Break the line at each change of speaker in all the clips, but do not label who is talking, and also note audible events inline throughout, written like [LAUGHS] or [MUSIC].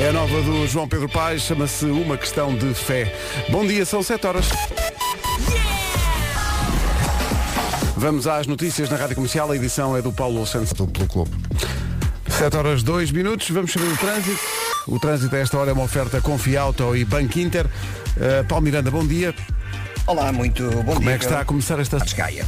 É a nova do João Pedro Paes, chama-se Uma Questão de Fé. Bom dia, são 7 horas. Vamos às notícias na Rádio Comercial, a edição é do Paulo Santos pelo Clube. 7 horas 2 minutos, vamos saber o trânsito. O trânsito a esta hora é uma oferta Confiauto e Banco Inter. Uh, Paulo Miranda, bom dia.
Olá, muito bom dia.
Como é que está a começar esta...
Gaia.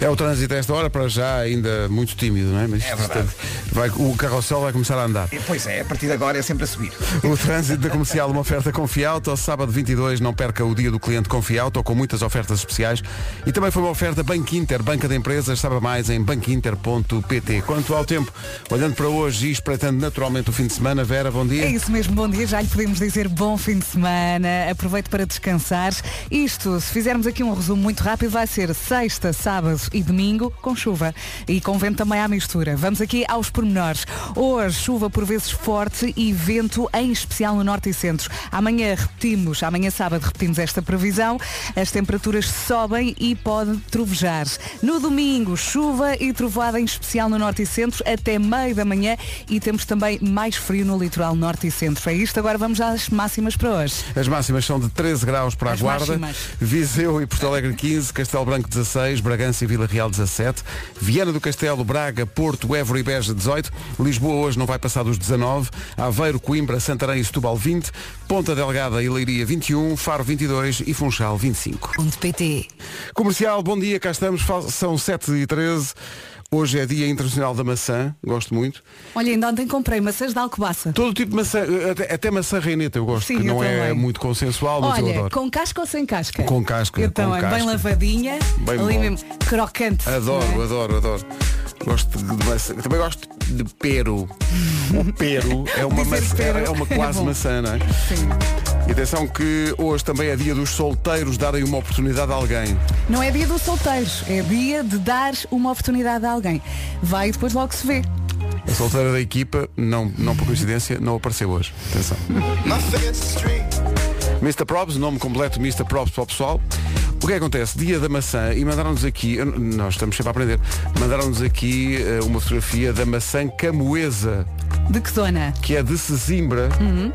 É o trânsito a esta hora, para já ainda muito tímido, não é? Mas
É verdade.
vai, o carrossel vai começar a andar.
Pois é, a partir de agora é sempre a subir.
O trânsito da comercial, uma oferta Confiauto. Sábado 22, não perca o dia do cliente Confiauto, com muitas ofertas especiais. E também foi uma oferta Banco Inter, banca de empresas. Saiba mais em banquinter.pt. Quanto ao tempo, olhando para hoje e espreitando naturalmente o fim de semana, Vera, bom
É
dia.
isso mesmo, bom dia, já lhe podemos dizer bom fim de semana, aproveite para descansar. Isto, se fizermos aqui um resumo muito rápido, vai ser sexta, sábado e domingo com chuva e com vento também à mistura. Vamos aqui aos pormenores. Hoje, chuva por vezes forte e vento, em especial no norte e centro. Amanhã repetimos, amanhã sábado repetimos esta previsão, as temperaturas sobem e pode trovejar. No domingo, chuva e trovoada, em especial no norte e centro, até meio da manhã e temos também mais frio no litoral norte e centro. É isto, agora vamos às máximas para hoje.
As máximas são de 13 graus para a
As
Guarda,
máximas.
Viseu e Porto Alegre 15, Castelo Branco 16, Bragança e Vila Real 17, Viana do Castelo, Braga, Porto, Évora e Beja 18, Lisboa hoje não vai passar dos 19, Aveiro, Coimbra, Santarém e Setúbal 20, Ponta Delgada e Leiria 21, Faro 22 e Funchal 25.
PT.
Comercial, bom dia, cá estamos, Fa- são 7 e 13. Hoje é Dia Internacional da Maçã, gosto muito.
Olha, ainda ontem comprei maçãs de alcobaça.
Todo tipo de maçã, até, até maçã reineta eu gosto,
Sim,
que
eu
não é
também.
muito consensual, mas eu
Olha,
adoro.
com casca ou sem casca?
Com casca,
Então,
com
é
casca.
bem lavadinha,
Bem
ali
bom.
mesmo, crocante. não
Adoro,
é?
adoro, adoro. Gosto de maçã. Também gosto de pero. O pero é uma
Dizer
maçã,
pero
é uma
é
quase
bom.
maçã, não é?
Sim.
E atenção que hoje também é dia dos solteiros darem uma oportunidade a alguém.
Não é dia dos solteiros, é dia de dar uma oportunidade a alguém. Vai e depois logo se vê.
A solteira da equipa, não, não por coincidência, não apareceu hoje. Atenção. Mr. Probs, nome completo Mr. Probs para o pessoal. O que é que acontece? Dia da maçã e mandaram-nos aqui, eu- nós estamos sempre a aprender, mandaram-nos aqui eh, uma fotografia da maçã camoesa.
De que zona?
que é de Sesimbra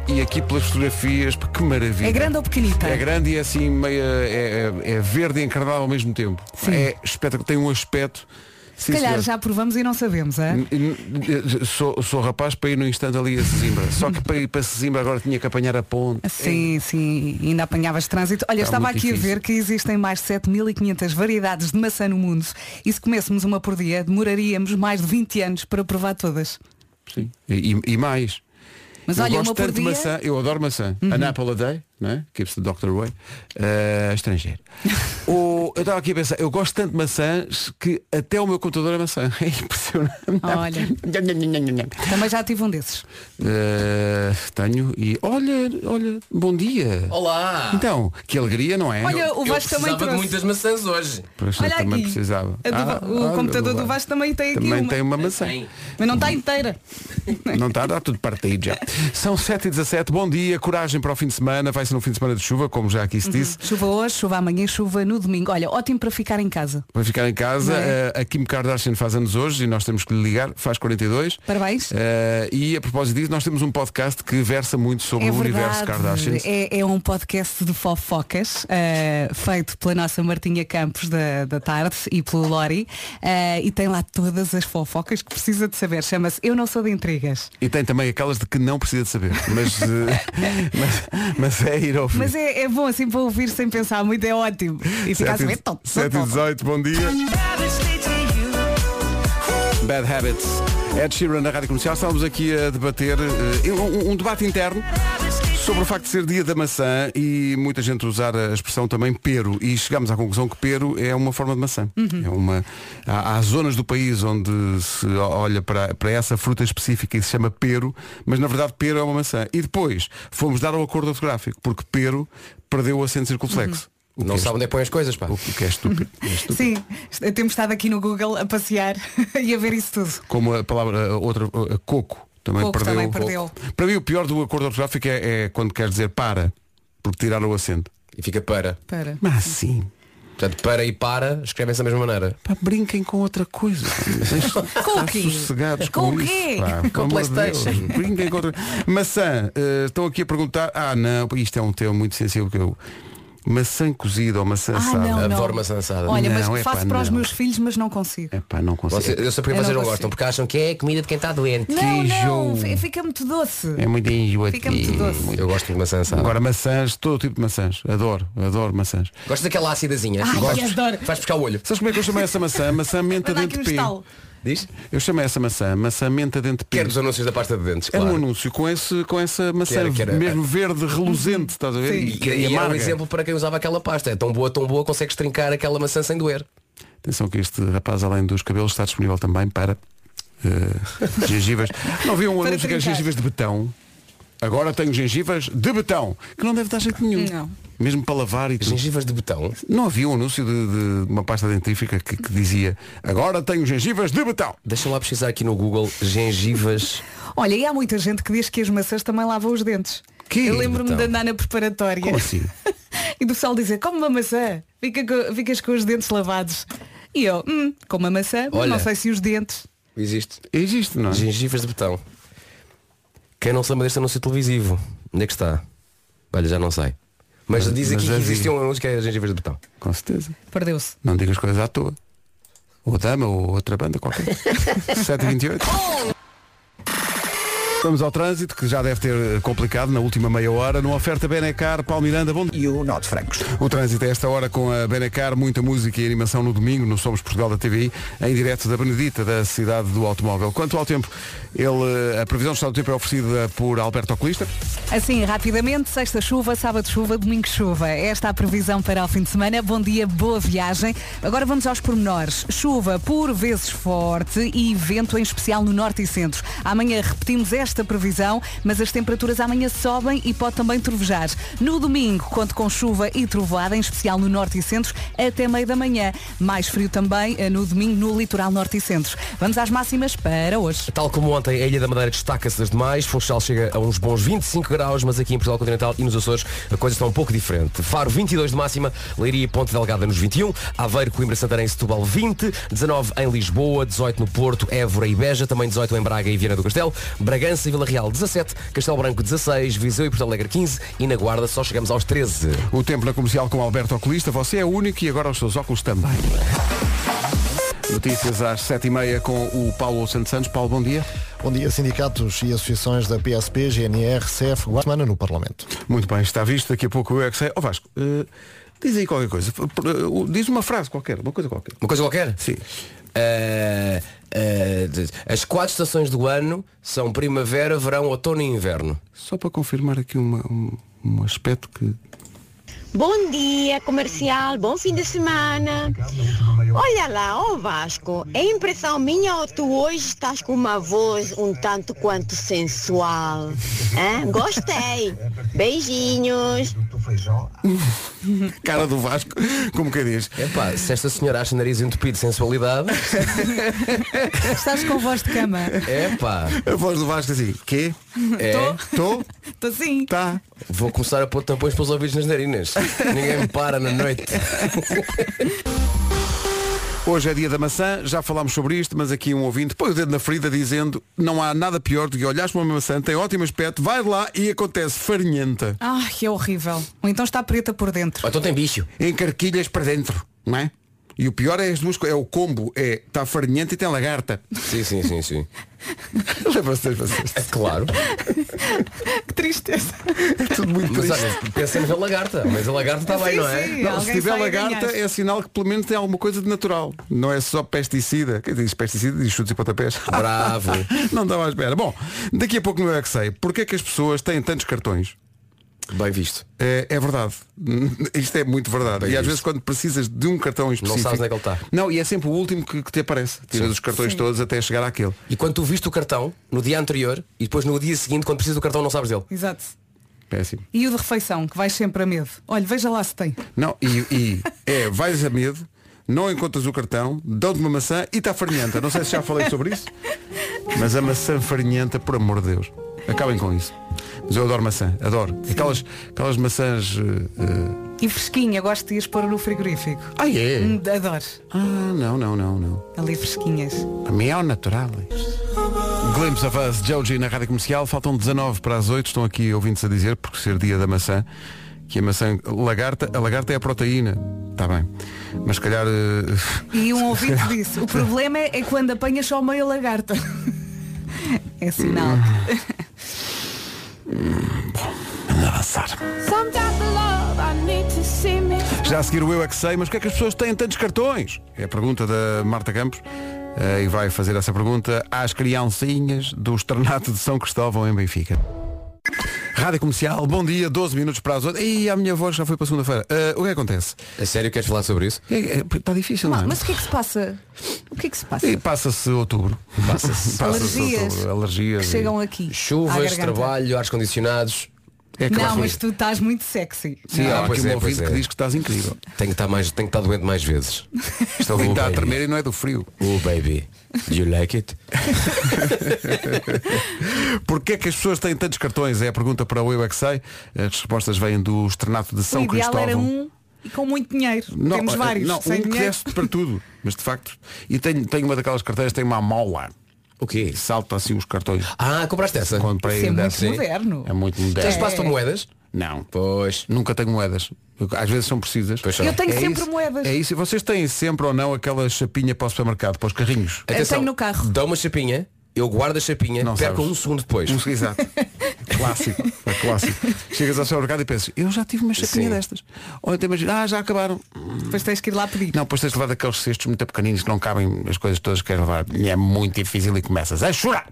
e aqui pelas fotografias, pá, que maravilha.
Uhum. É grande ou pequenita?
É grande e é assim meia, é, é- é verde e encarnado ao mesmo tempo.
Sim.
É espetacular, tem um aspecto.
Se calhar já provamos e não sabemos, é?
Sou, sou rapaz para ir no instante ali a Sesimbra. Só que para ir para Sesimbra agora tinha que apanhar a ponte.
Sim, sim, ainda apanhavas trânsito. Olha, estava
Hum, é. Tá muito
aqui
difícil.
a ver que existem mais de 7.500 variedades de maçã no mundo e se comêssemos uma por dia, demoraríamos mais de 20 anos para provar todas.
Sim. E, e- e mais.
Mas
eu
olha,
gosto
uma por
tanto de
dia- Uhum.
maçã, eu adoro maçã. Anápola Day, não é? Keeps the Dr. Way. Eh,
[LAUGHS]
estrangeiro. o, eu estava aqui a pensar, eu gosto tanto de maçãs que até o meu computador é maçã. [LAUGHS] É impressionante.
Olha. Também já tive um desses.
Eh, tenho e olha, olha, bom dia.
Olá!
Então, que alegria, não é?
Olha, o
eu
Vasco também
precisava de
trouxe.
muitas maçãs hoje.
Pois, eu
Olha
também
aqui.
precisava.
A do-
Ah,
o
olha,
computador do Vasco também tem aqui
Também
uma.
tem uma maçã.
Tem.
Mas não está inteira.
Não está, está tudo partido
[LAUGHS]
já. São 7 e 17 bom dia, coragem para o fim de semana. Vai ser um fim de semana de chuva, como já aqui se
Uhum.
disse.
Chuva hoje, chuva amanhã, chuva no domingo. Olha, ótimo para ficar em casa.
Para ficar em casa,
Não é?
eh, a Kim Kardashian faz anos hoje e nós temos que lhe ligar, faz 42.
Parabéns.
Eh, e a propósito disso, nós temos um podcast que versa muito sobre
É
o universo Kardashian.
verdade, é, é um podcast de fofocas eh, feito pela nossa Martinha Campos da, da Tarde e pelo Lori eh, e tem lá todas as fofocas que precisa de saber. Chama-se Eu Não Sou de Intrigas.
E tem também aquelas de que não precisa de saber. Mas, eh, [LAUGHS] mas, mas é ir ao fim.
Mas é, é bom assim para ouvir sem pensar muito, é ótimo. E fica assim, é top, top,
7 e
top.
18, bom dia. Bad Habits. Ed Sheeran na Rádio Comercial. Estávamos aqui a debater eh, um, um debate interno sobre o facto de ser dia da maçã e muita gente usar a expressão também pero. E chegámos à conclusão que pero é uma forma de maçã.
Uhum.
É uma, há, há zonas do país onde se olha para, para essa fruta específica e se chama pero, mas na verdade pero é uma maçã. E depois fomos dar ao acordo ortográfico, porque pero perdeu o acento circunflexo.
Uhum.
O que
Não
é
sabe onde é que põe as coisas, pá.
o que é
[LAUGHS]
estúpido. É estúpido.
Sim, est- temos estado aqui no Google a passear [LAUGHS] e a ver isso tudo.
Como a palavra a outra, a coco, também,
Coco
perdeu,
também perdeu.
Para mim o pior do acordo ortográfico é, é quando quer dizer para, porque tiraram o acento.
E fica para.
Para.
Mas sim.
Portanto, para e para, escrevem-se da mesma maneira.
Pá, brinquem com outra coisa.
[LAUGHS] Com o
Estão
quê?
sossegados
Com
com,
o
isso,
quê?
pá,
Com
pelo amor de
PlayStation.
Deus. Brinquem com outra Maçã, eh, estão aqui a perguntar. Ah, não, isto é um tema muito sensível que eu. Maçã cozida ou maçã
Ah,
assada.
não, não.
Adoro maçã assada.
Olha,
Não,
mas
epá,
faço para os
não.
meus filhos, mas não consigo.
É pá, não consigo.
Você- eu sei porque vocês
Eu não
não
consigo.
gostam, porque acham que é comida de quem está doente.
Não, não,
jogo.
fi- fica muito doce.
É muito enjoativo.
Fica muito doce.
Eu gosto de maçã assada.
Agora maçãs, todo tipo de maçãs. Adoro, adoro maçãs.
Gosto daquela acidazinha.
Ai,
gosto.
adoro.
Faz buscar o olho.
Sabes como é que eu chamei essa
[LAUGHS]
maçã? Maçã menta
Vai dar aqui
dente
um
de pin.
estalo.
Diz?
Eu chamei essa maçã, maçã menta dente de pin.
Quero dos anúncios da pasta de dentes.
Era
claro.
um anúncio com, esse, com essa maçã
Que era- que era-
mesmo verde, reluzente, estás a ver?
E, e, é um
amarga.
exemplo para quem usava aquela pasta. É tão boa, tão boa, consegues trincar aquela maçã sem doer.
Atenção que este rapaz, além dos cabelos, está disponível também para
[LAUGHS]
eh, gengivas. Não viu um
Para
anúncio que era
trincar.
gengivas de betão? Agora tenho gengivas de betão, que não deve dar jeito nenhum.
Não.
Mesmo para lavar e tudo.
Gengivas de betão.
Não havia um anúncio de, de uma pasta dentífica que, que dizia agora tenho gengivas de betão.
Deixa lá pesquisar aqui no Google gengivas.
Olha, e há muita gente que diz que as maçãs também lavam os dentes.
Que?
Eu lembro-me
Então.
de andar na preparatória.
Como assim?
[LAUGHS] e do pessoal dizer, come uma maçã, fica co- ficas com os dentes lavados. E eu, hum, como a maçã, mas
Olha.
não sei se os dentes.
Existe.
Existe, não é?
Gengivas de betão. Quem não se lembra deste anúncio televisivo? Onde é que está? Olha, já não sei. Mas diz
mas
aqui
já
que
vi.
existe um anúncio que é gengivas de betão.
Com certeza.
Perdeu-se.
Não digas coisas à toa. Ou dama ou outra banda qualquer. 7h28. Vamos ao trânsito, que já deve ter eh, complicado na última meia hora, numa oferta Benecar, Paulo Miranda, bom dia.
E o Nó de Francos.
O trânsito a esta hora com a Benecar, muita música e animação no domingo, no Somos Portugal da TVI, em direto da Benedita, da cidade do automóvel. Quanto ao tempo, ele, eh, a previsão do estado do tempo é oferecida por Alberto Oculista.
Assim, rapidamente, sexta chuva, sábado chuva, domingo chuva. Esta é a previsão para o fim de semana. Bom dia, boa viagem. Agora vamos aos pormenores. Chuva por vezes forte e vento em especial no norte e centro. Amanhã repetimos esta previsão, mas as temperaturas amanhã sobem e pode também trovejar. No domingo, conto com chuva e trovoada, em especial no norte e centro, até meio da manhã. Mais frio também eh, no domingo no litoral norte e centro. Vamos às máximas para hoje.
Tal como ontem, a Ilha da Madeira destaca-se das demais. Funchal chega a uns bons 25 graus, mas aqui em Portugal Continental e nos Açores a coisa está um pouco diferente. Faro 22 de máxima, Leiria e Ponte Delgada nos 21, Aveiro, Coimbra, Santarém e Setúbal 20, 19 em Lisboa, 18 no Porto, Évora e Beja, também 18 em Braga e Viana do Castelo, Bragança e Vila Real 17, Castelo Branco 16, Viseu e Porto Alegre 15 e na Guarda só chegamos aos 13.
O tempo na comercial com Alberto Oculista. Você é o único e agora os seus óculos também. Notícias às 7h30 com o Paulo Santos Santos. Paulo, bom dia.
Bom dia, sindicatos e associações da PSP, GNR, CEF, Guarda Semana no Parlamento.
Muito bem, está visto. Daqui a pouco eu é que sei. Ó Vasco, eh, diz aí qualquer coisa. P- p- eh, Diz uma frase qualquer, uma coisa qualquer.
Uma coisa qualquer?
Sim.
Ah, ah, de- as quatro estações do ano são primavera, verão, outono e inverno.
Só para confirmar aqui uma- um, um aspecto que.
Bom dia, comercial, bom fim de semana. Olha lá, ó Vasco, é impressão minha ou tu hoje estás com uma voz um tanto quanto sensual? Hã? Gostei. Beijinhos.
Cara do Vasco, como que diz?
Epá, se esta senhora acha nariz entupido de sensualidade,
Estás com voz de cama?
epá,
A voz do Vasco assim, quê?
é,
Tô?
Estou [LAUGHS] sim.
Tá.
vou começar a pôr tampões para os ouvidos nas narinas. Ninguém me para na noite.
Hoje é dia da maçã, já falámos sobre isto, mas aqui um ouvinte põe o dedo na ferida dizendo não há nada pior do que olhares para uma maçã, tem ótimo aspecto, vai lá e acontece farinhenta.
Ai, é horrível. Ou então está preta por dentro.
Ou então tem bicho.
Encarquilhas para dentro, não é? E o pior é as duas co- é o combo, é está farinhenta e tem lagarta. [LAUGHS]
Sim, sim, sim, sim.
Lembram-se das maçãs.
É claro.
Que tristeza.
É tudo muito
Mas
triste.
olha, pensemos na lagarta. Mas a lagarta está bem,
Sim,
não é?
sim.
Não, se
Alguém
tiver
sai a
lagarta
ganhar.
é sinal que pelo menos tem alguma coisa de natural. Não é só pesticida. Quem diz pesticida diz chutes e pontapés.
Bravo.
[LAUGHS] não estava à espera. Bom, daqui a pouco não é que sei. Porquê é que as pessoas têm tantos cartões?
Bem visto.
É, é verdade. [LAUGHS] Isto é muito verdade.
Bem
e às
visto.
vezes quando precisas de um cartão específico.
sabes onde é que ele está.
Não, e é sempre o último que, que te aparece. Tiras os cartões todos até chegar àquele.
E quando tu viste o cartão no dia anterior e depois no dia seguinte, quando precisas do cartão, não sabes dele.
Exato.
Péssimo.
E o de refeição, que vais sempre a medo. Olha, veja lá se tem.
Não, e, e é, vais a medo, não encontras o cartão, dão-te uma maçã e está farinhenta. Não sei se já falei sobre isso, mas a maçã farinhenta, por amor de Deus. Acabem com isso. Mas eu adoro maçã, adoro. Aquelas, aquelas maçãs eh, eh,
E fresquinha, gosto de as pôr no frigorífico.
Ah, é?
Hum, Adoro.
Ah, não, não, não, não.
Ali fresquinhas.
A mim é o natural. Glimpse of Us, Joji na rádio comercial. Faltam 19 para as 8. Estão aqui ouvintes a dizer, por ser dia da maçã, que a maçã lagarta, a lagarta é a proteína. Está bem. Mas se calhar. eh, [LAUGHS]
E um ouvinte disse, o problema é quando apanhas só meia lagarta. É sinal.
Vamos avançar. Já a seguir o Eu É Que Sei, mas o que é que as pessoas têm tantos cartões? É a pergunta da Marta Campos. eh, e vai fazer essa pergunta às criancinhas do Externato de São Cristóvão em Benfica. Rádio Comercial, bom dia, 12 minutos para as 8. E a minha voz já foi para segunda-feira. Eh, o que acontece?
A sério queres falar sobre isso?
É, é, Está difícil, não é?
Mas o que é que se passa? O que é que se passa?
E passa-se outubro. [LAUGHS] Passa-se
Alergias.
outubro. Alergias.
Que
e-
chegam aqui. à
Chuvas,
garganta.
trabalho, ar condicionados.
É que
Não,
lá-
mas tu estás muito sexy.
Sim,
Ah,
há aqui
pois
um
é,
ouvinte
pois
que
é.
diz que estás [LAUGHS] incrível.
Tenho que estar mais, tenho que estar doente mais [LAUGHS] vezes. Isto é
Ele
o
está a
baby.
tremer e não é do frio.
Oh baby, do you like it?
Porquê é que as pessoas têm tantos cartões? É a pergunta para o Eu É Que Sei. As respostas vêm do Externato de
O
São
ideal
Cristóvão.
era um e com muito dinheiro.
Não,
Temos
eh,
vários.
Não,
sem
um que
dinheiro.
desse para
[LAUGHS]
tudo. Mas de facto, e tenho, tenho uma daquelas carteiras, tem uma mola.
O quê?
E salta assim os cartões.
Ah, compraste essa?
Comprei
Isso é muito
dessa.
moderno.
É muito moderno.
Tens espaço para moedas?
Não.
Pois.
Nunca tenho moedas. Eu- Às vezes são precisas.
Pois são.
Eu tenho
É
sempre
isso,
moedas.
É isso. E vocês têm sempre ou não aquela chapinha para o supermercado, para os carrinhos?
Eu tenho no carro.
Dá uma chapinha, eu guardo a chapinha,
Não
perco
sabes.
um segundo depois.
Um- Exato. [LAUGHS] clássico. É clássico. Chegas ao supermercado e pensas, eu já tive uma chapinha
Sim.
destas. Ou então imaginas, ah, já acabaram.
Depois tens que ir lá pedir.
Não, depois tens de levar daqueles cestos muito pequeninos que não cabem as coisas todas que queres levar. E é muito difícil e começas a chorar.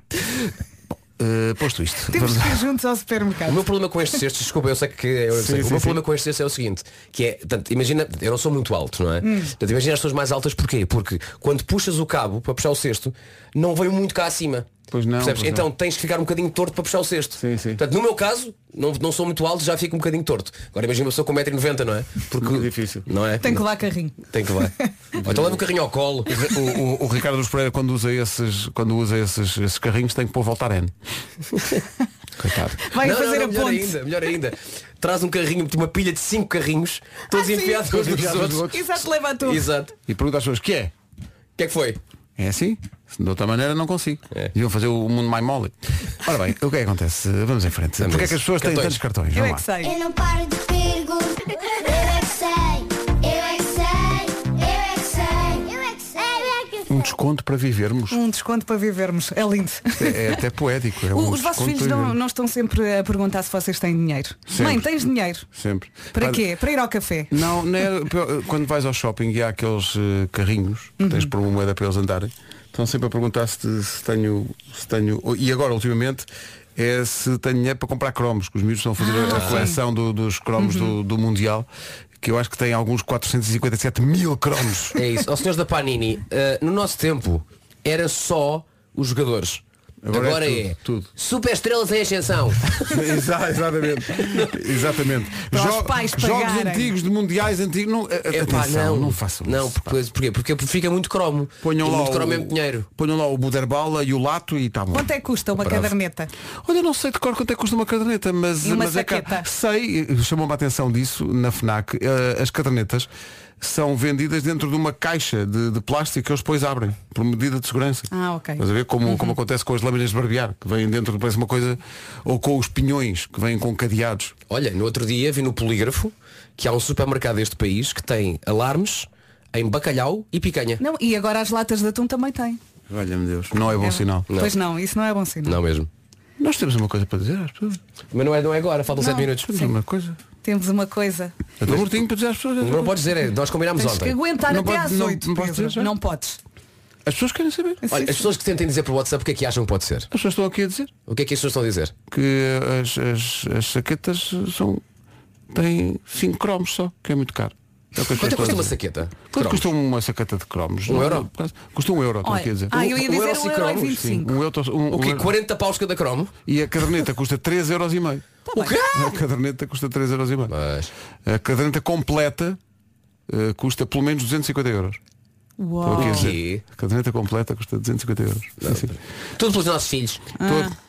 Bom, eh, posto isto.
Temos
vamos-
que ir juntos ao
O
supermercado.
meu problema com estes cestos, desculpa, eu sei que é, eu sei,
sim,
o meu
sim.
problema com estes cestos é o seguinte, que é, portanto, imagina, eu não sou muito alto, não é?
Hum.
Portanto, imagina as pessoas mais altas porquê? Porque quando puxas o cabo para puxar o cesto, não vem muito cá acima.
Pois não,
Percebes?
pois
então
não.
tens que ficar um bocadinho torto para puxar o cesto.
Sim, sim.
Portanto, no meu caso, não, não sou muito alto, já fico um bocadinho torto. Agora imagina uma pessoa com 1,90m, não é? Porque.
Muito difícil.
Não é?
Tem que levar carrinho.
Tem que levar. [LAUGHS] Ou então leva o carrinho ao colo.
O, o- o Ricardo dos Pereira quando usa esses, quando usa esses, esses carrinhos tem que pôr
[LAUGHS]
Voltaren. Coitado.
Vai
Não, não,
fazer
não,
a
melhor
ponte.
ainda, melhor ainda. Traz um carrinho, uma pilha de cinco carrinhos, todos
Ah, sim.
enfiados
Todos
uns nos
enfiados nos
outros.
outros.
Exato, leva a tua.
Exato.
E pergunta às pessoas, que é?
O que é que foi?
É assim? Se De outra maneira não consigo.
É.
Deviam fazer o mundo mais mole. Ora bem, o que é que acontece? Vamos em frente.
Vamos
Porquê
a
é que
isso.
as pessoas têm
Cartões.
tantos cartões?
Eu
Vamos
é
lá.
que sei.
Eu não paro de perguntar. Eu é que sei, eu é que sei, eu é que sei, eu é que sei, eu é que sei.
Um desconto para vivermos.
Um desconto para vivermos. É lindo.
É, é até poético. É
[LAUGHS] O-
um
Os vossos
desconto
filhos
para
não,
vivermos.
não estão sempre a perguntar se vocês têm dinheiro.
Sempre.
Mãe, tens dinheiro?
Sempre.
Para
Pá,
quê? Para ir ao café.
Não, não é, quando vais ao shopping e há aqueles eh, carrinhos que tens por uma moeda para eles andarem, estão sempre a perguntar se, te- se tenho, se tenho. E agora, ultimamente, é se tenho dinheiro para comprar cromos, que os miúdos estão a fazer a- a coleção do- dos cromos do, do Mundial, que eu acho que tem alguns 457
[LAUGHS]
mil cromos.
É isso. Ó senhores da Panini, eh, no nosso tempo era só os jogadores.
Agora
Agora,
é
é,
tudo, tudo.
super estrelas em [LAUGHS] ascensão.
Exa- exatamente. exatamente.
Para os pais
jogos
pagarem.
antigos de mundiais antigos. Não, a- a-
Epá,
atenção, não, façam
Não,
isso.
porque, porquê? porque fica muito cromo.
Ponham
E
lá,
muito cromo é
o,
muito dinheiro.
ponham lá o Buderbala e o Lato e está bom.
Quanto é que custa uma caderneta?
Olha, não sei de cor quanto é que custa uma caderneta, mas,
E uma
mas é caro.
saqueta.
Sei, chamou-me a atenção disso na FNAC, eh, as cadernetas são vendidas dentro de uma caixa de, de plástico que eles depois abrem, por medida de segurança.
Ah, ok.
Estás a ver como, como acontece com as lâminas de barbear, que vêm dentro, parece uma coisa, ou com os pinhões, que vêm com cadeados.
Olha, no outro dia vi no polígrafo que há um supermercado deste país que tem alarmes em bacalhau e picanha.
Não, e agora as latas de atum também têm.
Olha-me Deus, não é bom sinal.
Pois não, isso não é bom sinal.
Não mesmo.
Nós temos uma coisa para dizer às pessoas.
Mas não é, não é agora, faltam
Não.
sete minutos.
Temos uma coisa.
Temos uma coisa.
Eu estou mortinho para dizer às pessoas.
Não podes dizer, é, nós combinámos
Tens que
ontem.
aguentar
Não
até
pode-
às
não-
8.
não posso dizer já?
Não podes.
As pessoas querem saber. As
Olha, as pessoas que tentem dizer por WhatsApp o que é que acham que pode ser.
pessoas estão aqui a dizer.
O que é que as pessoas estão a dizer?
que as, as, as saquetas são, têm 5 cromos só, que é muito caro. É o que as
Quanto é que
pessoas
custa uma
dizem.
saqueta?
Quanto é
Cromos.
custa uma saqueta de cromos?
Um
Não,
euro?
não, quase. Custa um euro, estou
Olha,
aqui a dizer.
ah, eu
Um-
ia
um
dizer
euro,
um
cinco
euro e
cromos,
Sim,
25.
um euro, um,
O quê?
um euro.
40 paus cada cromo?
E a caderneta custa 3 euros e meio.
O quê?
A caderneta custa 3 euros e meio.
Mas...
A caderneta completa eh, custa pelo menos 250 euros.
Uau.
Estou aqui a
O
dizer.
quê?
A caderneta completa custa 250 euros. Sim, sim.
Tudo pelos nossos filhos.
Todo.
Ah.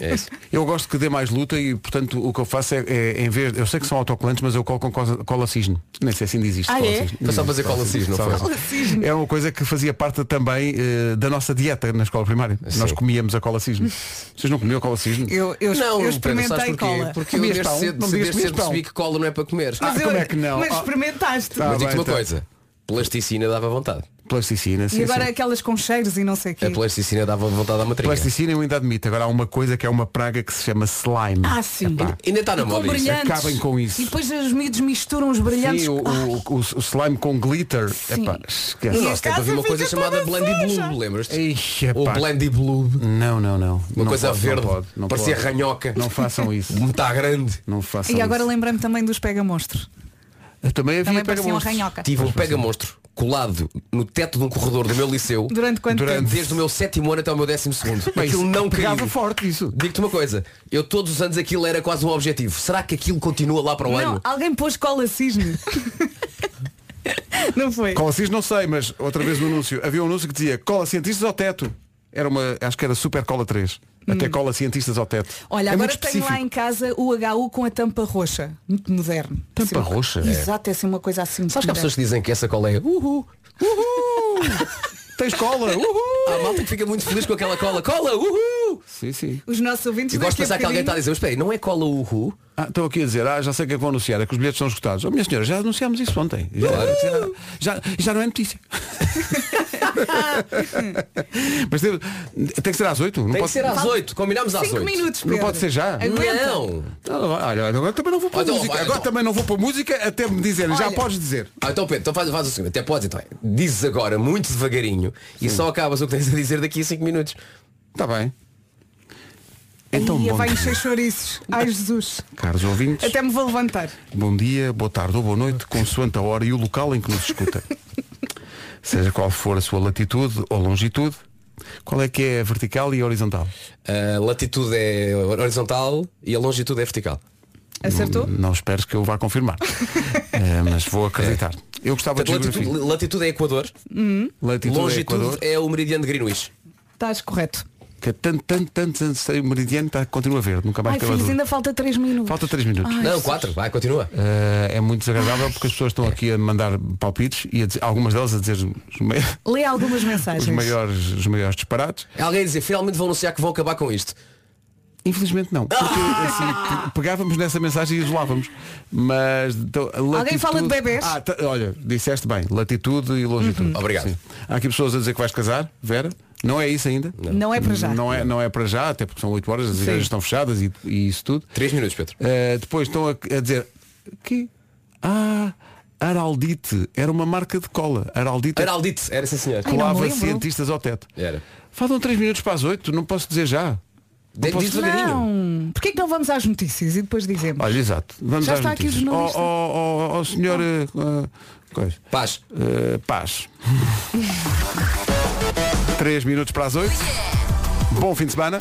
É isso.
Eu gosto que dê mais luta e, portanto, o que eu faço é, é, em vez. Eu sei que são autocolantes, mas eu colo com cola, cola cisne. Nem sei se ainda existe.
Ah,
cola
é?
cisne.
Foi só fazer cola cisne, não foi?
Cola cisne. É uma coisa que fazia parte também eh, da nossa dieta na escola primária. Nós comíamos a cola cisne. Vocês não comiam a cola cisne?
Eu, eu, eu experimentei
sabes porquê?
cola.
Porque
Comias
eu desde
pão?
cedo,
Não
desde
dizias
cedo
comias pão?
percebi que cola não é para comer.
Ah, como é que não?
Mas
Ah.
experimentaste.
Tá
Mas digo-te
bem,
uma
tá.
coisa. Plasticina dava vontade.
Plasticina, sim.
E agora
sim.
aquelas com cheiros e não sei o quê.
A plasticina dava vontade à matrinha.
Plasticina eu ainda admito. Agora há uma coisa que é uma praga que se chama slime.
Ah, sim.
Epá.
Ainda está na
com
moda isso.
brilhantes.
Acabem com isso.
E depois os miúdos misturam os brilhantes.
Sim, o, o- o- o slime com glitter. Epá, esquece.
No nosso tempo havia uma coisa chamada Blendy Bloob, lembras-te?
Ei,
Ou
epá.
Blendy Bloob.
Não, não, não.
Uma
Não
coisa
pode,
verde.
Não, pode, não
parecia
pode.
ranhoca.
Não
[LAUGHS]
façam isso.
Muito à grande.
Não façam
Ah, E agora
isso.
lembrei-me também dos pega-monstro.
Eu Também havia
Também parecia uma
pega-monstros.
ranhoca.
Tive um pega-monstro colado no teto de um corredor do meu liceu.
Durante quanto
Durante-
tempo?
Desde o meu sétimo ano até o meu décimo [LAUGHS] segundo.
Bem,
Aquilo
isso
não
pegava
caiu.
forte isso.
Digo-te uma coisa, eu todos os anos aquilo era quase um objetivo. Será que aquilo continua lá para o
Não,
ano?
alguém pôs
[LAUGHS]
cola cisne. não foi?
Cola cis não sei, mas outra vez no anúncio. Havia um anúncio que dizia cola cientistas ao teto. Era uma, acho que era super cola 3. Até cola cientistas ao teto.
Hum. Olha,
é
agora
muito
tenho lá
específico.
em casa o HU com a tampa roxa. Muito moderno.
Tampa
Assim,
roxa?
Exato, é assim uma coisa assim.
Sabes que há
moderna.
pessoas que dizem que essa cola é uhul.
[LAUGHS]
Tens cola, uhul!
Há malta que fica muito feliz com aquela cola. Cola, uhul!
Sim, sim.
Os nossos ouvintes
Eu gosto de
daqui a
pensar que alguém está a
bocadinho-
dizer, mas espera aí, não é cola uhul?
Ah, estão aqui a dizer, ah, já sei o que é que vão anunciar, é que os bilhetes são esgotados. Oh, minha senhora, já anunciámos isso ontem. Já, já, já, já não é notícia. Mas teve- tem, que ser às 8? Não
Tem
pode
que ser às 8, combinámos às
Cinco
8.
minutos,
Não
Pedro.
pode ser já?
Aguenta.
Não!
Tá, Olha, agora também não vou pôr
Ah, então
música.
vai,
agora
então.
também não vou pôr música até me dizerem, já
Olha.
podes dizer.
Ah, então Pedro, então faz, faz o seguinte, até podes então. é, Dizes agora muito devagarinho e só acabas o que tens a dizer daqui a 5 minutos.
Está Tá bem. Então,
Ia
bom
vai
dia,
encher chouriços. Ai Jesus.
caros ouvintes.
Até me vou levantar.
Bom dia, boa tarde ou boa noite, consoante a hora e o local em que nos escuta. Seja qual for a sua latitude ou longitude, qual é que é a vertical e a horizontal?
A latitude é horizontal e a longitude é vertical.
Acertou?
Não esperes que eu vá
[LAUGHS]
confirmar, Eh, mas vou
É.
acreditar. Eu gostava de
Portanto, latitude,
geografia.
latitude é Equador,
Latitude, é
longitude
Equador.
é o meridiano de Greenwich.
Estás correto.
Que é tanto, tanto, tanto, tanto sei, o meridiano está, continua verde, nunca mais
é- Ai
teve a
filhos,
dúvida.
ainda falta 3 minutos.
Falta 3 minutos.
não, 4, vai, continua.
Eh, é muito desagradável porque as pessoas
É.
estão aqui a mandar palpites e a dizer- algumas delas a dizer os, mai-
Lê algumas
os
mensagens.
maiores, os maiores disparates.
Alguém dizer, finalmente vão anunciar que vão acabar com isto.
Infelizmente não. Porque assim, pe- pegávamos nessa mensagem e isolávamos. Mas então, latitude-
fala de bebés?
Ah, tá- olha, disseste bem, latitude e longitude.
Obrigado.
Há aqui pessoas a dizer que vais casar, Vera. Não é isso ainda. Não,
Não é para já.
é, não é para já, até porque são 8 horas, as igrejas estão fechadas e, e isso tudo.
3 minutos, Pedro.
Uh, depois estão a, a dizer que ah, Araldite era uma marca de cola. Araldite é
Araldite, era sim senhor.
não me
colava
lembro.
cientistas ao teto.
Era.
Faltam 3 minutos para as 8, não posso dizer já.
Diz
posso-
devagarinho.
Não. Porquê que não vamos às notícias e depois dizemos?
Olha, exato. Vamos
Já
às
está aqui o
notícias.
jornalista.
Oh, oh, oh, oh, senhor uh, uh, coisa.
Paz.
Uh, paz. [LAUGHS] 3 minutos para as 8. Bom fim de semana.